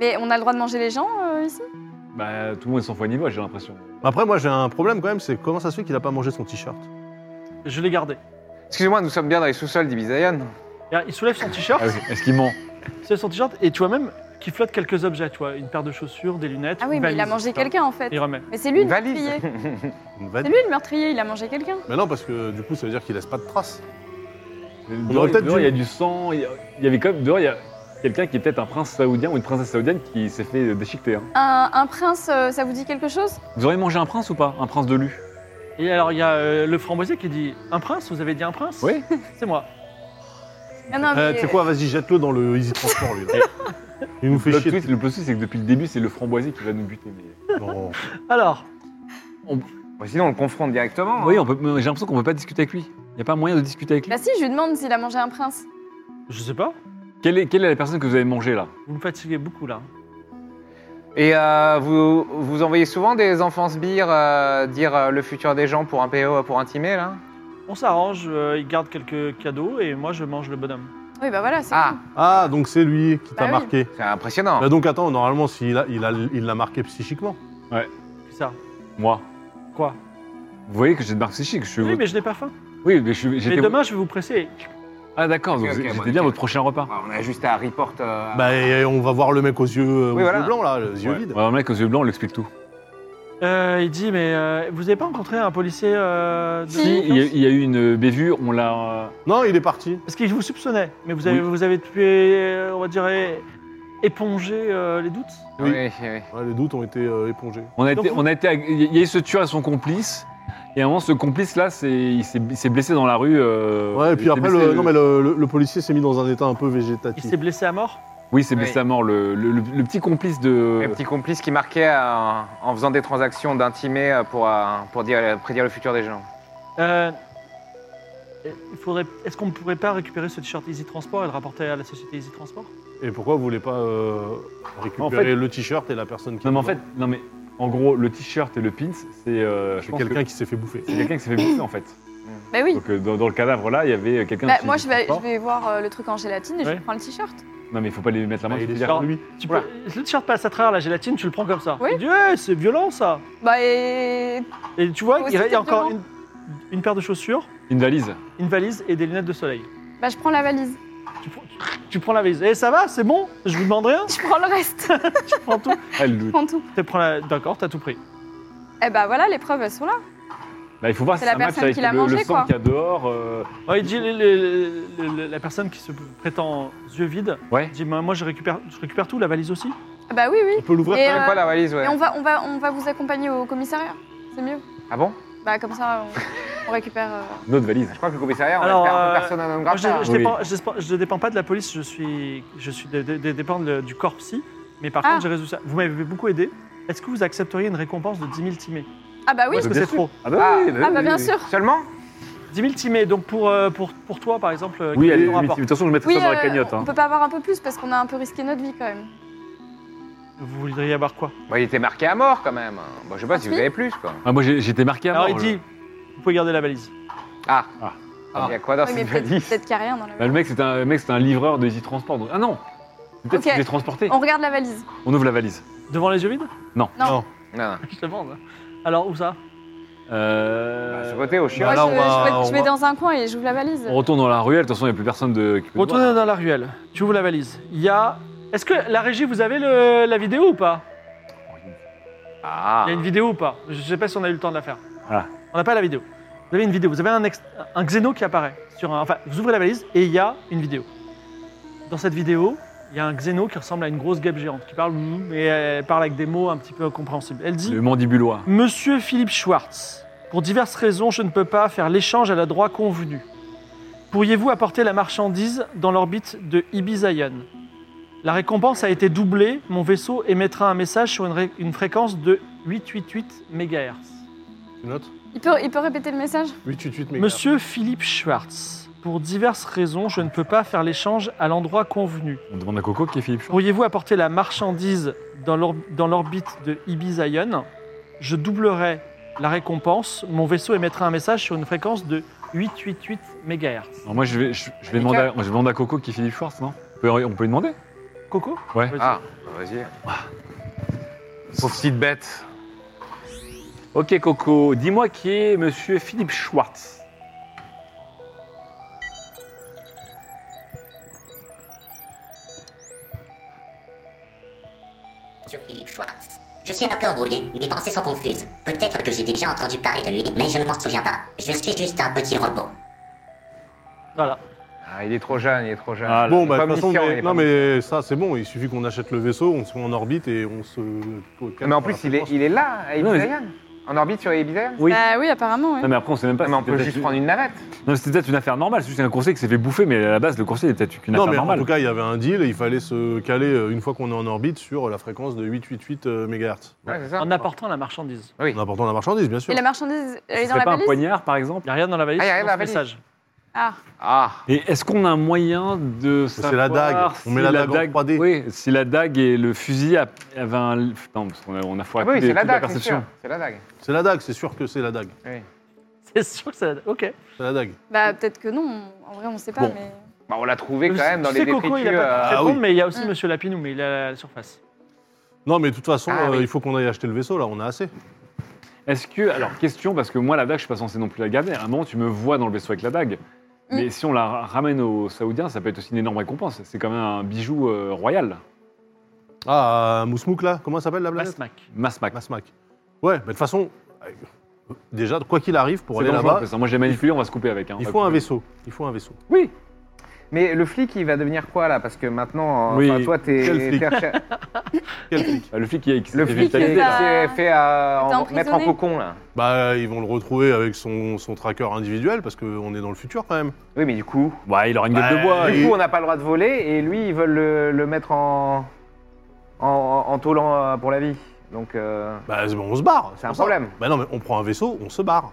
Mais on a le droit de manger les gens euh, ici Bah, tout le monde est sans foi ni loi, j'ai l'impression. Après, moi, j'ai un problème quand même, c'est comment ça se fait qu'il a pas mangé son t-shirt Je l'ai gardé. Excusez-moi, nous sommes bien dans les sous-sols d'Ibizaïon. Et Il soulève son t-shirt, Ah oui, Est-ce qu'il ment il soulève son t-shirt, et tu vois même qu'il flotte quelques objets, tu vois, une paire de chaussures, des lunettes. Ah oui, une mais il a valise, mangé etc. quelqu'un en fait. Il remet. Mais c'est lui le Une valise. meurtrier. Une vanne C'est lui le meurtrier, il a mangé quelqu'un. Mais non, parce que du coup, ça veut dire qu'il laisse pas de traces. Dehors, aurait peut-être dehors, dû- il y a du sang. Il y a- il y avait comme dehors, il y a quelqu'un qui est peut-être un prince saoudien ou une princesse saoudienne qui s'est fait déchiqueter. hein. Un, un prince, euh, ça vous dit quelque chose Vous auriez mangé un prince ou pas Un prince de lu Et alors, il y a euh, le framboisier qui dit Un prince Vous avez dit un prince Oui. C'est moi. Ah non, Euh, mais- tu sais quoi, vas-y, jette-le dans le Easy Transport, lui. là. Il nous fait Le chier. plus le plot twist, c'est que depuis le début, c'est le framboisier qui va nous buter. mais- Non. Alors, Bon, sinon, on le confronte directement. hein. Oui, on peut- mais j'ai l'impression qu'on peut pas discuter avec lui. Il n'y a pas moyen de discuter avec lui. Bah si, je lui demande s'il a mangé un prince. je sais pas, Quelle est, quelle est la personne que vous avez mangée là vous me fatiguez beaucoup là. Et euh, vous, vous envoyez souvent des enfants sbires euh, dire euh, le futur des gens pour un PO, pour intimer, là On s'arrange, euh, il garde quelques cadeaux et moi je mange le bonhomme. Oui, bah voilà, c'est Ah, tout. Ah, donc c'est lui qui t'a Bah oui. marqué. c'est impressionnant. Bah donc attends, normalement, s'il a- il a- il l'a marqué psychiquement. C'est ça. Moi. Quoi Vous voyez que j'ai de marque psychique. Je suis Oui, mais je n'ai pas faim. Oui, mais je suis- j'étais. Mais demain je vais vous presser. Ah d'accord, Ok, donc ok, j'étais bon, bien ok. votre prochain repas. Bah, on a juste à report. euh, Bah, et on va voir le mec aux yeux, aux yeux voilà. blancs, là, les yeux Ah. Ouais. vides. Ouais, un mec aux yeux blancs, on lui explique tout. Euh, il dit Mais euh, vous n'avez pas rencontré un policier euh, de- Si, il y, a, il y a eu une bévue, on l'a. Non, il est parti. Parce qu'il vous soupçonnait, mais vous avez, Oui. vous avez tué, euh, on va dire, é- épongé euh, les doutes. Oui, oui. oui, oui. Ouais, les doutes ont été euh, épongés. On a Donc été, vous- on a été, ag- il y a eu ce tueur et son complice. Et à un moment, ce complice-là, c'est, il s'est il s'est blessé dans la rue. euh, Ouais, et il puis s'est après, blessé, le, euh, non, mais le, le- le policier s'est mis dans un état un peu Il végétatif. s'est blessé à mort. Oui, c'est Oui. blessé à mort. Le, le- le- le petit complice de. Un petit complice qui marquait euh, en faisant des transactions d'intimer euh, pour, euh, pour dire, prédire le futur des gens. Euh, il faudrait... Est-ce qu'on ne pourrait pas récupérer ce t-shirt Easy Transport et le rapporter à la société Easy Transport Et pourquoi vous voulez pas euh, récupérer En fait- le t-shirt et la personne qui Non, mais en fait, non, mais en gros, le t-shirt et le pins, c'est. euh, je c'est pense que quelqu'un qui s'est fait bouffer. c'est quelqu'un qui s'est fait bouffer en fait. Bah oui. Donc euh, dans, dans le cadavre là, il y avait euh, quelqu'un. Bah, qui- moi, je vais, je Non, vais voir euh, le truc en gélatine et Ouais. je prends le t-shirt. mais Ah, il faut pas lui mettre la main. Bah, sur il le est t-shirt. sur lui. Tu peux- Le t-shirt passe à travers la gélatine, tu le prends comme ça. Oui. Il dit Ouais, c'est violent ça. Bah et... Et tu vois, Aussi il y a- il y a encore violent. une, une paire de chaussures, Une valise. une valise et des lunettes de soleil. Bah je prends la valise. Tu, prends- tu prends la valise. Eh, ça va, c'est bon Je vous demande rien Je prends le reste. Je Tu prends tout. Ah, le- prends tout. Tu prends la- D'accord, t'as tout pris. Eh bah voilà, les preuves, elles sont là. Bah, il faut voir si C'est ça la match personne avec qui l'a le, le mangé, sang quoi. qu'il y a dehors. euh, Ouais, il dit le- le- le- le- la personne qui se prétend yeux vides. Ouais. il Dit moi, moi, je récupère, je récupère tout, la valise aussi. Ah Bah oui, oui. On peut l'ouvrir Et, C'est quoi euh, la valise, ouais et on, va, on, va, on va vous accompagner au commissariat. C'est mieux. Ah bon Bah comme ça, on, on récupère... euh, Une autre valise. Je crois que le commissariat, on Alors, va faire un euh, peu personne à non Moi, Ah, je, grata, hein. je Oui. dépends, je dépends- je dépends pas de la police, je suis, je suis de- de- de- dépend de- du corps psy. Mais par Ah. contre, j'ai résolu ça. Vous m'avez beaucoup aidé. Est-ce que vous accepteriez une récompense de 10 000 timés Ah bah oui. Parce que bien c'est sûr. trop. Ah bah, Ah, oui, Ah bah oui, bien oui. sûr. Seulement 10 000 timés, donc pour, euh, pour, pour toi par exemple, euh, Oui, quel est allez, ton oui, de rapport toute façon, je mettrai Oui, ça dans la euh, cagnotte. on hein. peut pas avoir un peu plus parce qu'on a un peu risqué notre vie quand même. Vous voudriez avoir quoi Bon, Bah, Il était marqué à mort quand même. Bon, je sais pas si vous Merci. avez plus, quoi. Ah, moi, j'ai- j'étais marqué à Alors mort. il je- dit, vous pouvez garder la valise. Ah. Ah. Il y a quoi dans Oui, mais cette peut-être valise peut-être qu'il n'y a rien dans la Bah, valise. le mec, c'est un, le mec, c'est un livreur de Easy Transport. donc- Ah non C'est Peut-être Ok. qu'il est transporté. On regarde la valise. On ouvre la valise. Devant les yeux vides Non, non. Je te demande. Alors où ça Euh, C'est voté Bah, au chien. Moi, là, je, on va- je vais- je on vais va- dans un coin et j'ouvre la valise. on retourne dans la ruelle, de toute façon, il n'y a plus personne de. qui peut nous Retournez voir. dans la ruelle. Tu ouvres la valise. Il y a. Est-ce que la régie, vous avez le- la vidéo ou pas Ah. Il y a une vidéo ou pas Je sais pas si on a eu le temps de la faire. Ah. On n'a pas la vidéo. Vous avez une vidéo. Vous avez un, ex- un xéno qui apparaît. Sur un, enfin, vous ouvrez la valise et il y a une vidéo. Dans cette vidéo, il y a un xéno qui ressemble à une grosse guêpe géante qui parle, mais elle parle avec des mots un petit peu incompréhensibles. Elle dit Le mandibulois. Monsieur Philippe Schwartz, pour diverses raisons, je ne peux pas faire l'échange à l'adroit convenu. Pourriez-vous apporter la marchandise dans l'orbite de Ibizaïon La récompense a été doublée. Mon vaisseau émettra un message sur une, ré- une fréquence de 888 MHz. Tu notes Il, peut, il peut répéter le message 888 mégas. Monsieur Philippe Schwartz, pour diverses raisons, je ne peux pas faire l'échange à l'endroit convenu. On demande à Coco qui est Philippe Chou. Pourriez-vous apporter la marchandise dans l'or- dans l'orbite de Ibizaïon Je doublerai la récompense. Mon vaisseau émettra un message sur une fréquence de 888 MHz. Alors moi, je vais, je, je vais demander à, je vais demander à Coco qui est Philippe Schwartz, non on peut, on peut lui demander Coco Ouais. Vas-y. Ah, vas-y. Pauvre petite bête. Ok, Coco, dis-moi qui est monsieur Philippe Schwartz. Monsieur Philippe Schwartz. Je suis un peu embrouillé, mes pensées sont confuses. Peut-être que j'ai déjà entendu parler de lui, mais je ne m'en souviens pas. Je suis juste un petit robot. Voilà. Ah, il est trop jeune, il est trop jeune. Ah, là, Bon, Il est bah, de pas toute façon, omniscient, mais- il est pas non, mais ça, c'est bon. Il suffit qu'on achète le vaisseau, on se met en orbite et on se. Mais en plus, il est, il est là, à Non, mais- Ibizaïan. En orbite sur Ibizaïan. Oui. Bah oui, apparemment, oui. Non, mais après, on sait même pas. Ah, Mais on c'était peut peut-être juste une- prendre une navette. Non, mais c'était peut-être une affaire normale, c'est juste un conseil qui s'est fait bouffer, mais à la base, le conseil était peut-être qu'une Non, affaire mais en normale. tout cas, il y avait un deal et il fallait se caler euh, une fois qu'on est en orbite sur la fréquence de 888 MHz. Ouais, c'est ça. En apportant la marchandise. euh, En apportant la marchandise, bien sûr. Et la marchandise, elle Ce est dans serait la pas un valise poignard, par exemple Il n'y a rien dans la valise, Ah, y a rien sinon dans la ce valise. message. Ah, Ah, Et est-ce qu'on a un moyen de savoir C'est la dague. si On met la dague en 3D. Oui, si la dague et le fusil a- avaient un... Putain, parce qu'on a, on a Ah foiré oui, tout des- c'est la toute la dague, c'est sûr. perception. C'est la dague. C'est la dague, c'est sûr que c'est la dague. C'est sûr que ça. Ok. C'est la dague. bah peut-être que non. En vrai, on sait pas, Bon. mais... Bah, on l'a trouvé quand Tu même dans sais, les Coco, il a détritus. pas euh, très Ah bon, oui. mais il y a aussi Mm. Monsieur Lapinou, mais il est à la surface. Non, mais de toute façon, Ah, euh, oui. il faut qu'on aille acheter le vaisseau, là, on a assez. Est-ce que... Alors, question, parce que moi, la dague, je suis pas censé non plus la garder. À un moment, tu me vois dans le vaisseau avec la dague. Mm. Mais si on la ramène aux Saoudiens, ça peut être aussi une énorme récompense. C'est quand même un bijou euh, royal. Ah, euh, Mousmouk, là, comment elle s'appelle la planète Basmac. Masmac. Masmac. Ouais, mais de toute façon, euh, déjà, quoi qu'il arrive, pour C'est aller dangereux, là-bas, parce que Moi, j'ai manipulé, on va se couper avec. hein. On il va faut un couper. vaisseau. Il faut un vaisseau. Oui. Mais le flic, il va devenir quoi là Parce que maintenant, euh, Oui, enfin, toi, t'es. quel flic t'es recher- Quel flic Bah, Le flic qui est Le flic qui vitalisé, s'est là. fait Il est euh, en- mettre en emprisonné. cocon là. Bah, ils vont le retrouver avec son, son tracker individuel, parce qu'on est dans le futur, quand même. Oui, mais du coup. Ouais, il aura une gueule de Bah, bois. Ah, du il- coup, on n'a pas le droit de voler et lui, ils veulent le, le mettre en. en, en taulant euh, pour la vie. Donc. euh, Bah, c'est bon, on se barre. C'est un pour ça. problème. Bah non, mais on prend un vaisseau, on se barre.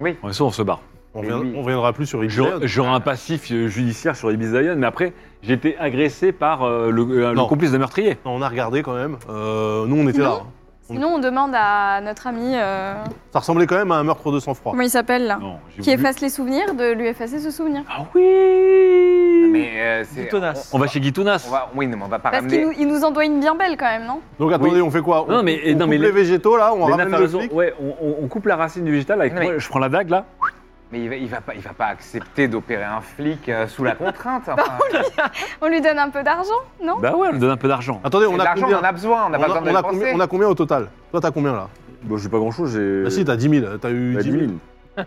Ouais, ça, on se barre. On, Mais vient- oui. on viendra plus sur Ibiza. J'aurai j'aurai un passif euh, judiciaire sur Ibizaïon, mais après, j'ai été agressé par euh, le, euh, le Non. complice de meurtrier. Non, on a regardé quand même. Euh, nous, on était là. Non. hein. Sinon, on demande à notre ami, euh, Ça ressemblait quand même à un meurtre de sang-froid. comment il s'appelle là Non, j'ai Qui voulu- efface les souvenirs, de lui effacer ce souvenir. Ah oui Mais euh, c'est. Guitonas. On va chez Guitounas. on va- oui, non, mais on va Ah, pas Parce ramener. qu'il nous, il nous en doit une bien belle quand même, non Donc attendez, on fait quoi Non, On- mais- on non, coupe mais les les- végétaux là, on Léna ramène fait le raison. flic. Ouais, on, on- on coupe la racine du végétal avec Non, mais- moi, Je prends la dague là. Mais il va, il va pas, il va pas accepter d'opérer un flic euh, sous la contrainte. enfin. On lui donne un peu d'argent, non Bah ouais, elle me donne un peu d'argent. Attendez, on Et a L'argent, on combien en a besoin, on n'a pas on a- besoin de on le a combien- penser. on a combien au total Toi, t'as combien là Bon, j'ai pas grand chose, Euh, j'ai. Bah si, t'as 10 000. T'as eu 10 000.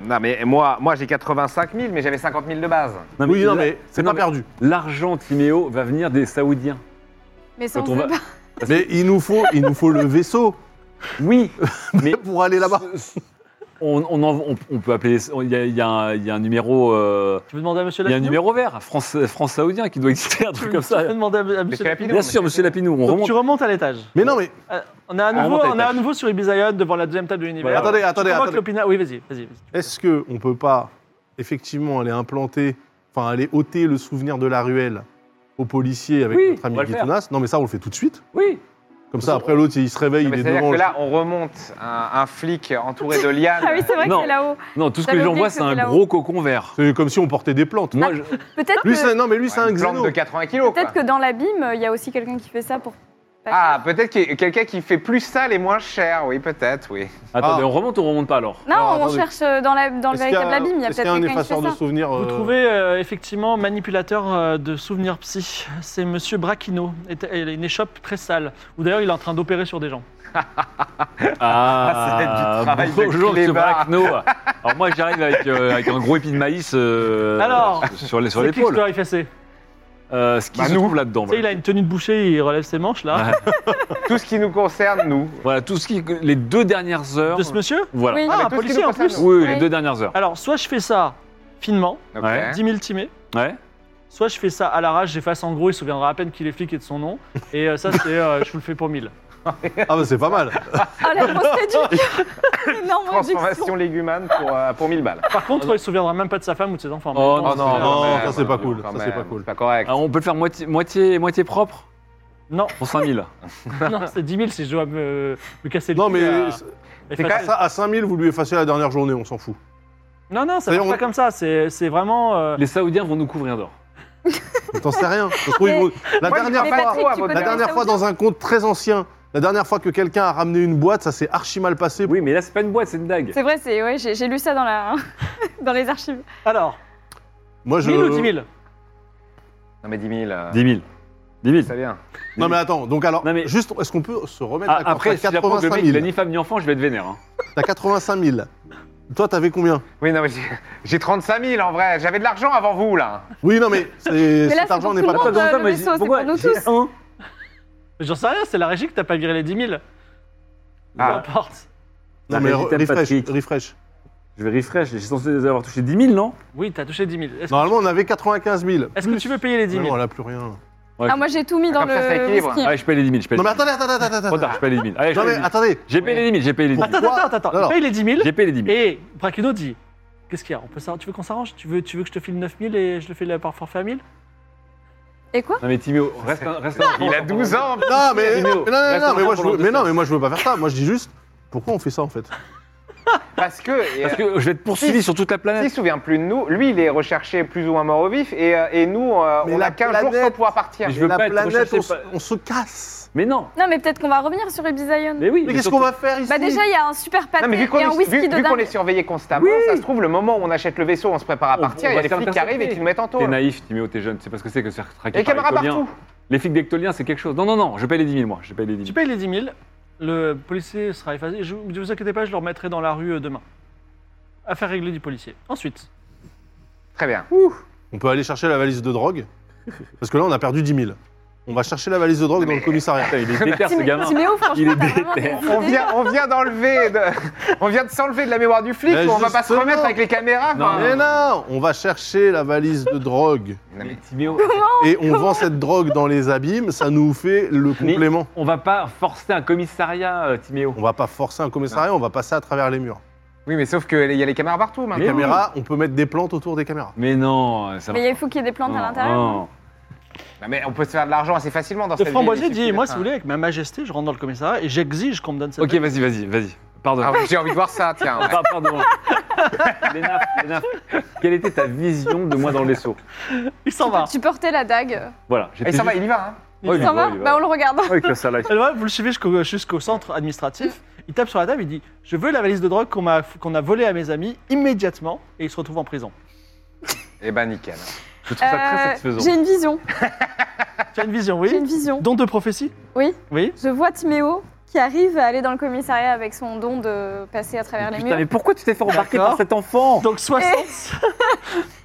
Non, mais moi, moi j'ai 85 000, mais j'avais 50 000 de base. Non, Oui, non, mais c'est non, pas mais- perdu. L'argent Timéo va venir des Saoudiens. Mais ça, on Quand on sait va- pas. Mais il nous faut, il nous faut le vaisseau Oui, mais pour aller là-bas. on, on en- on- on peut appeler. les- Il y a, il y a un- il y a un numéro. euh, Tu veux demander à Monsieur il y a un Lapinou numéro vert, France, France Saoudien, qui doit exister, un Tu truc veux- comme ça. Tu peux demander à, à Monsieur Monsieur Lapinou. Lapinou. Bien sûr, monsieur Lapinou, on Donc, remonte. tu remontes à l'étage. Mais non, mais Euh, on a à nouveau, remonte à on a à l'étage. nouveau sur Ibizaïon devant la deuxième table de l'univers. Voilà. attendez, Tu attendez, convoques attendez. l'opina- Oui, vas-y, vas-y. vas-y. Est-ce que on peut pas effectivement aller implanter, enfin aller ôter le souvenir de la ruelle aux policiers avec Oui, notre ami on va le faire. Guitonas Non, mais ça, on le fait tout de suite. Oui. Comme ça, après l'autre, il se réveille, Non, il mais est C'est-à-dire devant. que là, on remonte un, un flic entouré de lianes. Ah oui, c'est vrai que Non. c'est là-haut. Non, tout ce que J'avais les gens oublié voient, que c'est un c'était gros cocon vert. C'est comme si on portait des plantes. Moi, je- Peut-être Lui, que, c'est- non, mais lui, c'est un une plante xéno. de 80 kilos. peut-être quoi. que dans l'abîme, il y a aussi quelqu'un qui fait ça pour Ah, peut-être qu'il y a quelqu'un qui fait plus sale et moins cher, oui, peut-être, oui. Attendez, Ah. on remonte ou on remonte pas alors Non, Alors, on attendez. cherche euh, dans, la, dans le Est-ce qu'il y a- véritable abîme. Il y a est-ce qu'il peut-être un quelqu'un qui fait effaceur de ça. souvenirs Vous euh, trouvez euh, effectivement manipulateur euh, de souvenirs psy. C'est Monsieur Braquino. Et- et Il a une échoppe très sale. Ou d'ailleurs, il est en train d'opérer sur des gens. ça va être du travail de Ah, bonjour, monsieur clébard. Blackno. Alors moi, j'arrive avec, euh, avec un gros épi de maïs euh, Alors, sur les- sur C'est qui que tu l'épaule. dois effacer Euh, ce qui Bah, se nous. trouve là-dedans. Tu sais, Voilà. il a une tenue de boucher, il relève ses manches là. Ouais. Tout ce qui nous concerne, nous. Voilà, tout ce qui, les deux dernières heures. De ce monsieur Voilà. Oui. Ah, mais un tout ce qui policier nous en plus concerne, Oui, les Oui. deux dernières heures. Alors, soit je fais ça finement, Ok. Ouais. 10 000 timés. Ouais. Soit je fais ça à l'arrache, j'efface en gros, il se souviendra à peine qu'il est flic et de son nom. Et euh, ça, c'est, euh, je vous le fais pour 1000. Ah, bah c'est pas mal. Ah, la grosse éduque Énorme Transformation légumane pour, euh, pour 1000 balles. Par contre, il se souviendra même pas de sa femme ou de ses enfants. Ah Oh, Mais bon, non, c'est- euh, non, ça, quand c'est pas même, cool, quand ça, c'est pas même, cool. Ah. pas correct. Alors, on peut le faire moitié, moitié, moitié propre Non, pour 5000. non, c'est 10 000 si je dois me, me casser le Non, cul mais euh, à- c'est- effacer. ça, à 5000, vous lui effacez la dernière journée, on s'en fout. Non, non, ça D'ailleurs, marche pas on- comme ça. C'est c'est vraiment. euh, Les Saoudiens vont nous couvrir d'or. T'en sais rien. Ça se trouve, ils vont- La Moi, je dernière Mais sais pas fois, trop, Patrick, à tu votre- peux La Bah, dernière fois, dans un compte très ancien, la dernière fois que quelqu'un a ramené une boîte, ça s'est archi mal passé. Oui, mais là, c'est pas une boîte, c'est une dague. C'est vrai, c'est ouais, j'ai j'ai lu ça dans la dans les archives. Alors, Moi, 1000 ou 10 000 Non, mais 10 000, euh, 10 000. 10 ça 000. vient. Non, mais attends, donc alors, Non, mais- juste, est-ce qu'on peut se remettre Ah, d'accord après, si T'as j'apprends que le mec, 85 il a 000. ni femme ni enfant, je vais être vénère. hein. T'as 85 000. Toi, t'avais combien Oui, non, mais j'ai- j'ai 35 000 en vrai. J'avais de l'argent avant vous, là. Oui, non, mais, c'est- là, cet c'est argent pour n'est tout pas le monde. là. Pourquoi le moi, je vaisseau, dis, c'est pourquoi pour nous j'ai tous. un J'en sais rien, c'est la régie que t'as pas viré les 10 000. Peu Ah. importe. Non, mais La régie t'aime, refresh, Patrick. refresh. Je vais refresh, j'ai censé avoir touché 10 000, non Oui, t'as touché 10 000. Est-ce Normalement, on avait 95 000. est-ce que tu veux payer les 10 Mais Non, 000 elle a plus rien. Ouais. Ah, moi j'ai tout mis dans Comme ça, ça le équilibre. whisky. Ouais, je paye les 10 000, je paye Non, mais les 10 000. attendez, attendez, attendez, attendez. Trop tard, je paye les 10 000. Allez, je Non, paye mais les 10 000. attendez. J'ai payé les 10 000, j'ai payé les 10 000. Attends, attends, attends, attends. Alors. Il paye les 10 000 J'ai payé les 10 000. et Braquino dit Qu'est-ce qu'il y a On peut ça, Tu veux qu'on s'arrange tu veux, tu veux que je te file 9 000 et je le fais la- par forfait à 1000 Et quoi Non, mais Timéo, reste un. Reste un Il a 12 ans. Non, mais, Timéo, mais non, non, reste non, en mais moi, je train pendant veux, mais deux non, heures. mais moi, je veux pas faire ça. Moi, je dis juste, pourquoi on fait ça, en fait Parce que. euh, Parce que je vais être poursuivi Si. sur toute la Il planète. se souvient plus de nous. Lui, il est recherché plus ou moins mort au vif. Et, euh, et nous, euh, Mais on a la 15 jours planète- sans pouvoir partir. Mais je veux la pas être planète, recherché on, se- par- on se casse. Mais non Non, mais peut-être qu'on va revenir sur Ibizayon. Mais oui Mais qu'est-ce qu'on va faire ici Bah déjà, il y a un super pâté Non, mais vu qu'on et un est, whisky vu- de vu qu'on dingue. est surveillé constamment, ça se trouve, le moment où on achète le vaisseau, on se prépare à On- partir, on il y va se a les faire flics qui arrivent et intercepter. qui nous mettent en T'es taule. naïf, Timéo, t'es jeune, c'est parce que c'est que c'est traqué Les par les caméras Coliens. partout. Les flics d'Ectolien, c'est quelque chose. Non, non, non, je paye les 10 000, moi. Je paye les 10 Tu 000. payes les 10 000, le policier sera effacé. Je, ne vous inquiétez pas, je le remettrai dans la rue euh, demain. Affaire réglée du policier. Ensuite, Très bien. On peut aller chercher la valise de drogue. Parce que là, on a perdu 10 000. On va chercher la valise de drogue dans le commissariat. Putain, il est déter, ce Timé- gamin. Timéo, hein, franchement, Il est t'as vraiment des déter. idées. On vient, on vient d'enlever, de- on vient de s'enlever de la mémoire du flic, Mais on va pas se justement. remettre avec les caméras. Non, quoi. Mais non, on va chercher la valise de drogue. Non, mais- Timéo, Et on vend cette drogue dans les abîmes, ça nous fait le Mais- complément. on va pas forcer un commissariat, euh, Timéo. On va pas forcer un commissariat, on va passer à travers les murs. Oui, mais sauf qu'il y a les caméras partout Les maintenant. Mais- caméras, on peut mettre des plantes autour des caméras. Mais non, ça va. Mais il faut qu'il y ait des plantes à Non, l'intérieur. non. Non, mais on peut se faire de l'argent assez facilement dans le cette ville. framboisier il suffit dit de- Moi, si vous voulez, avec ma majesté, je rentre dans le commissariat et j'exige qu'on me donne cette. Ok, vas-y, vas-y, vas-y. Pardon. Ah, J'ai envie de voir ça, tiens. ouais. Ah, Pardon. Léna, Léna, quelle était ta vision de moi dans le vaisseau Il s'en va. Tu portais la dague. Voilà. Et ça va, il y va. hein. Oh, il Ça va il Bah on le regarde. Avec le salaire. Et voilà, vous le suivez jusqu'au jusqu'au centre administratif. Il tape sur la table, il dit Je veux la valise de drogue qu'on m'a qu'on a volée à mes amis immédiatement. Et il se retrouve en prison. Eh ben, nickel. Je trouve ça très Euh, satisfaisant. J'ai une vision. Tu as une vision, J'ai oui une vision. Don de prophétie Oui. Oui Je vois Timéo qui arrive à aller dans le commissariat avec son don de passer à travers les Putain, murs. mais pourquoi tu t'es fait embarquer D'accord. par cet enfant Donc 60.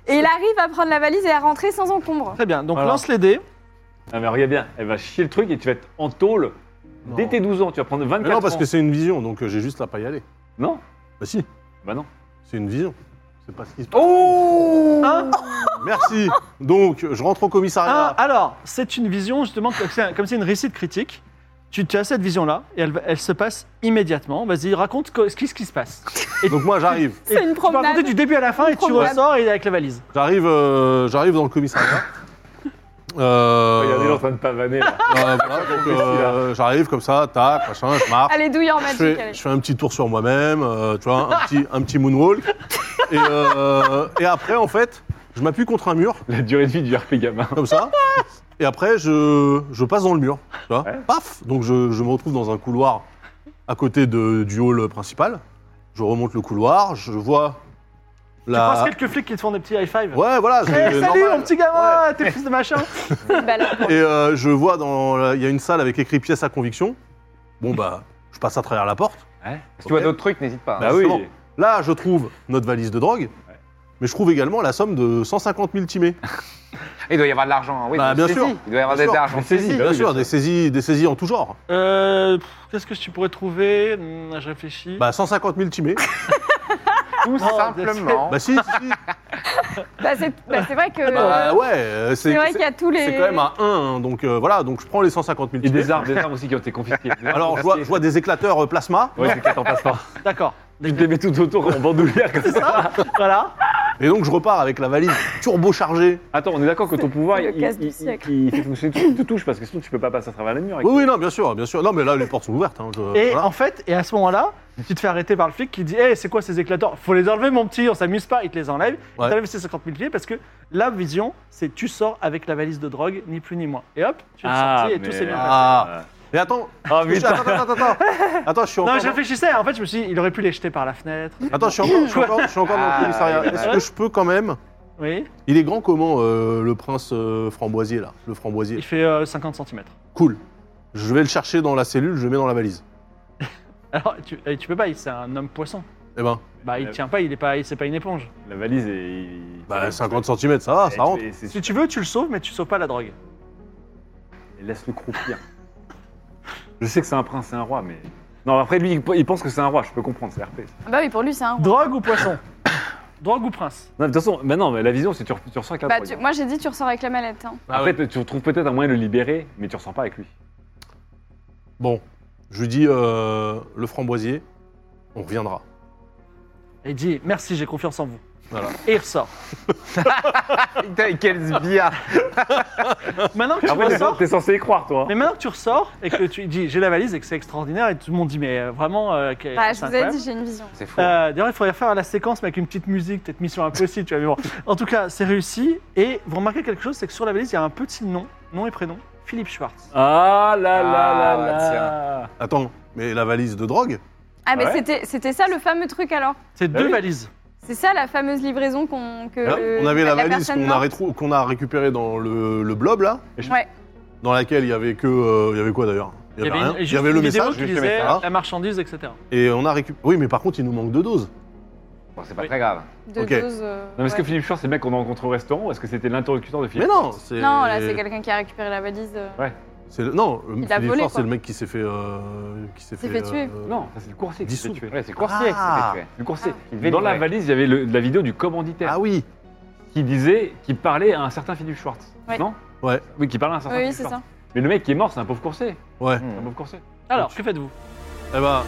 Et il arrive à prendre la valise et à rentrer sans encombre. Très bien, donc Voilà. lance les dés. Ah, mais regarde bien, elle va chier le truc et tu vas être en tôle dès Non. tes 12 ans. Tu vas prendre 24 Mais non, parce ans. que c'est une vision, donc euh, j'ai juste à pas y aller. Non Bah si, Bah non. c'est une vision. C'est pas ce qui se passe. Oh Hein Merci. Donc, je rentre au Oh Ah, commissariat. alors, c'est une vision, justement, comme c'est un- comme c'est une réussite critique, tu, tu as cette vision-là, et elle, va- elle se passe immédiatement. Vas-y, raconte co- ce qui, ce qui se passe. ah. Donc moi, j'arrive. C'est Et Tu une vas promenade. raconter du début à la fin, et tu promenade. ressors et avec la valise. J'arrive, euh, j'arrive dans le commissariat. Oh, Regardez, il est en Euh, train de pavaner là. euh, voilà, donc, euh, j'arrive comme ça, tac, machin, je marche. Allez, douille en Je magique. fais, allez. je fais un petit tour sur moi-même, euh, tu vois, un petit, un petit moonwalk. Et, euh, et après, en fait, je m'appuie contre un mur, La durée de vie du RP gamin. comme ça. et après je, je passe dans le mur. Tu vois Ouais. Paf Donc je, je me retrouve dans un couloir à côté de- du hall principal. Je remonte le couloir, je vois Tu croises la. quelques flics qui te font des petits high five. Bah. Ouais, voilà. Eh, c'est salut normal. mon petit gamin, t'es fils de machin. Bah, là, Et euh, je vois dans. la- Il y a une salle avec écrit pièce à conviction. Bon, bah, je passe à travers la porte. Si tu vois d'autres trucs, n'hésite Ah, pas. Bah hein. oui. justement. Là, je trouve notre valise de drogue. Mais je trouve également la somme de 150 000 timés. Il doit y avoir de l'argent. hein. Oui, Bah, de bien saisie. sûr. Il doit y avoir Bien de sûr. l'argent. Des saisies, bien sûr, des saisies, des saisies en tout genre. Euh, pff, Qu'est-ce que tu pourrais trouver Hmm, Je réfléchis. Bah 150 000 timés. Non, Tout simplement. bah si, si, si. bah, c'est bah, c'est vrai que. Bah ouais, euh, c'est c'est vrai qu'il y a tous les. c'est quand même à 1, donc euh, voilà, donc je prends les 150 000 Et timés. des armes, des armes aussi qui ont été confisquées. Des armes Alors je vois, je vois des éclateurs euh, plasma, Ouais, c'est quatre en plasma. D'accord. Je les mets tout autour en bandoulière comme ça. Voilà. et donc je repars avec la valise turbochargée. Attends, on est d'accord que ton pouvoir, le il, casse il- du il- siècle. il fait fonctionner tout, tout touche parce que sinon tu peux pas passer à travers les murs. avec- Oui, oui, non, bien sûr, bien sûr. Non, mais là, les portes sont ouvertes. hein, je- Et voilà. en fait, et à ce moment-là, tu te fais arrêter par le flic qui dit Hé, c'est quoi ces éclateurs Faut les enlever, mon petit, on s'amuse pas. Il te les enlève. Ouais. Il t'enlève ses 50 000 pieds parce que la vision, c'est tu sors avec la valise de drogue, ni plus ni moins. Et hop, tu es Ah, sorti et mais- tout s'est bien passé. Ah Et attends, Ah, je- putain. attends, attends, attends, attends. Attends, je suis Non, encore. mais je réfléchissais. En fait, je me suis dit, il aurait pu les jeter par la fenêtre. Attends, je suis encore, je suis encore, je suis encore dans Ah, le commissariat. il est Est-ce malade. que je peux quand même Oui. Il est grand comment euh, le prince euh, framboisier là, le Il framboisier. fait euh, 50 cm. Cool. Je vais le chercher dans la cellule, je le mets dans la valise. Alors, tu, et tu peux pas, il- c'est un homme poisson. Eh ben, Bah, il Euh, tient pas, il est pas, il- c'est pas une éponge. La valise est. bah 50 cm, ça va, ça rentre. Et c'est- Si Eh, tu veux, tu le sauves, mais tu sauves pas la drogue. et Laisse-le croupir. Je sais que c'est un prince, c'est un roi, mais. Non, après lui, il il pense que c'est un roi, je peux comprendre, c'est RP. Ah Bah oui, pour lui, c'est un. Drogue ou poisson Drogue ou prince Non, de toute façon, bah non, mais la vision, c'est que tu, re- tu ressors avec la Bah, drogue. tu- Moi, j'ai dit, tu ressors avec la mallette. hein. Après, tu- tu retrouves peut-être un moyen de le libérer, mais tu ressors pas avec lui. Bon, je lui dis euh, le framboisier, on reviendra. Et il dit merci, j'ai confiance en vous. Voilà. Et il ressort. Putain, quel sbire. Maintenant Ah que tu Après, t'es- ressors, t'es censé y croire, toi. hein. mais maintenant que tu ressors et que tu dis j'ai la valise et que c'est extraordinaire et tout le monde dit mais euh, vraiment euh, que- Bah, je c'est vous avais incroyable. dit, j'ai une vision. C'est fou. Euh, D'ailleurs, il faudrait faire la séquence mais avec une petite musique, peut-être Mission Impossible, tu vois. mais bon. En tout cas, c'est réussi. Et vous remarquez quelque chose, c'est que sur la valise, il y a un petit nom, nom et prénom, Philippe Schwartz. Ah là là Ah, là ouais, là Attends, mais la valise de drogue Ah, mais Ouais. c'était- c'était ça le fameux truc alors C'est Bah Ah deux oui. valises. C'est ça la fameuse livraison qu'on. que Là, le- Ah, On avait la, valise Euh, personne qu'on a, meurt. rétro- qu'on a récupérée dans le, le blob là, Ouais. dans laquelle il y avait que. euh, il y avait quoi d'ailleurs Il y avait, rien. une- Il y juste avait une le vidéo message, qui juste le disait euh, message. la marchandise, etc. Et on a récupéré. Oui, mais par contre, il nous manque deux doses. Bon, c'est pas oui. très grave. De Ok. doses, euh, Non, mais est-ce que ouais. Philippe Schwartz, c'est le mec qu'on a rencontré au restaurant ou est-ce que c'était l'interlocuteur de Mais Philippe non, c'est. Non, là, c'est quelqu'un qui a récupéré la valise. euh. c'est le- Non, le- Il l'a Philippe volé, Fort, c'est quoi. le mec qui s'est fait. euh, qui s'est S'est fait tuer. euh, Non, ça, c'est le coursier qui s'est Dissous. tué. Ouais, c'est le coursier Ah. qui s'est fait tuer. Le coursier. Il devait Dans la livrer. valise, il y avait le- la vidéo du commanditaire Ah oui qui disait, qui parlait à un certain Philippe Schwartz. Ouais. Non Ouais. Oui, qui parlait à un certain Oui, Philippe c'est Schwartz. ça. Hmm. Mais le mec qui est mort, c'est un pauvre coursier. Ouais. C'est un pauvre coursier. Alors, que faites-vous Eh ben,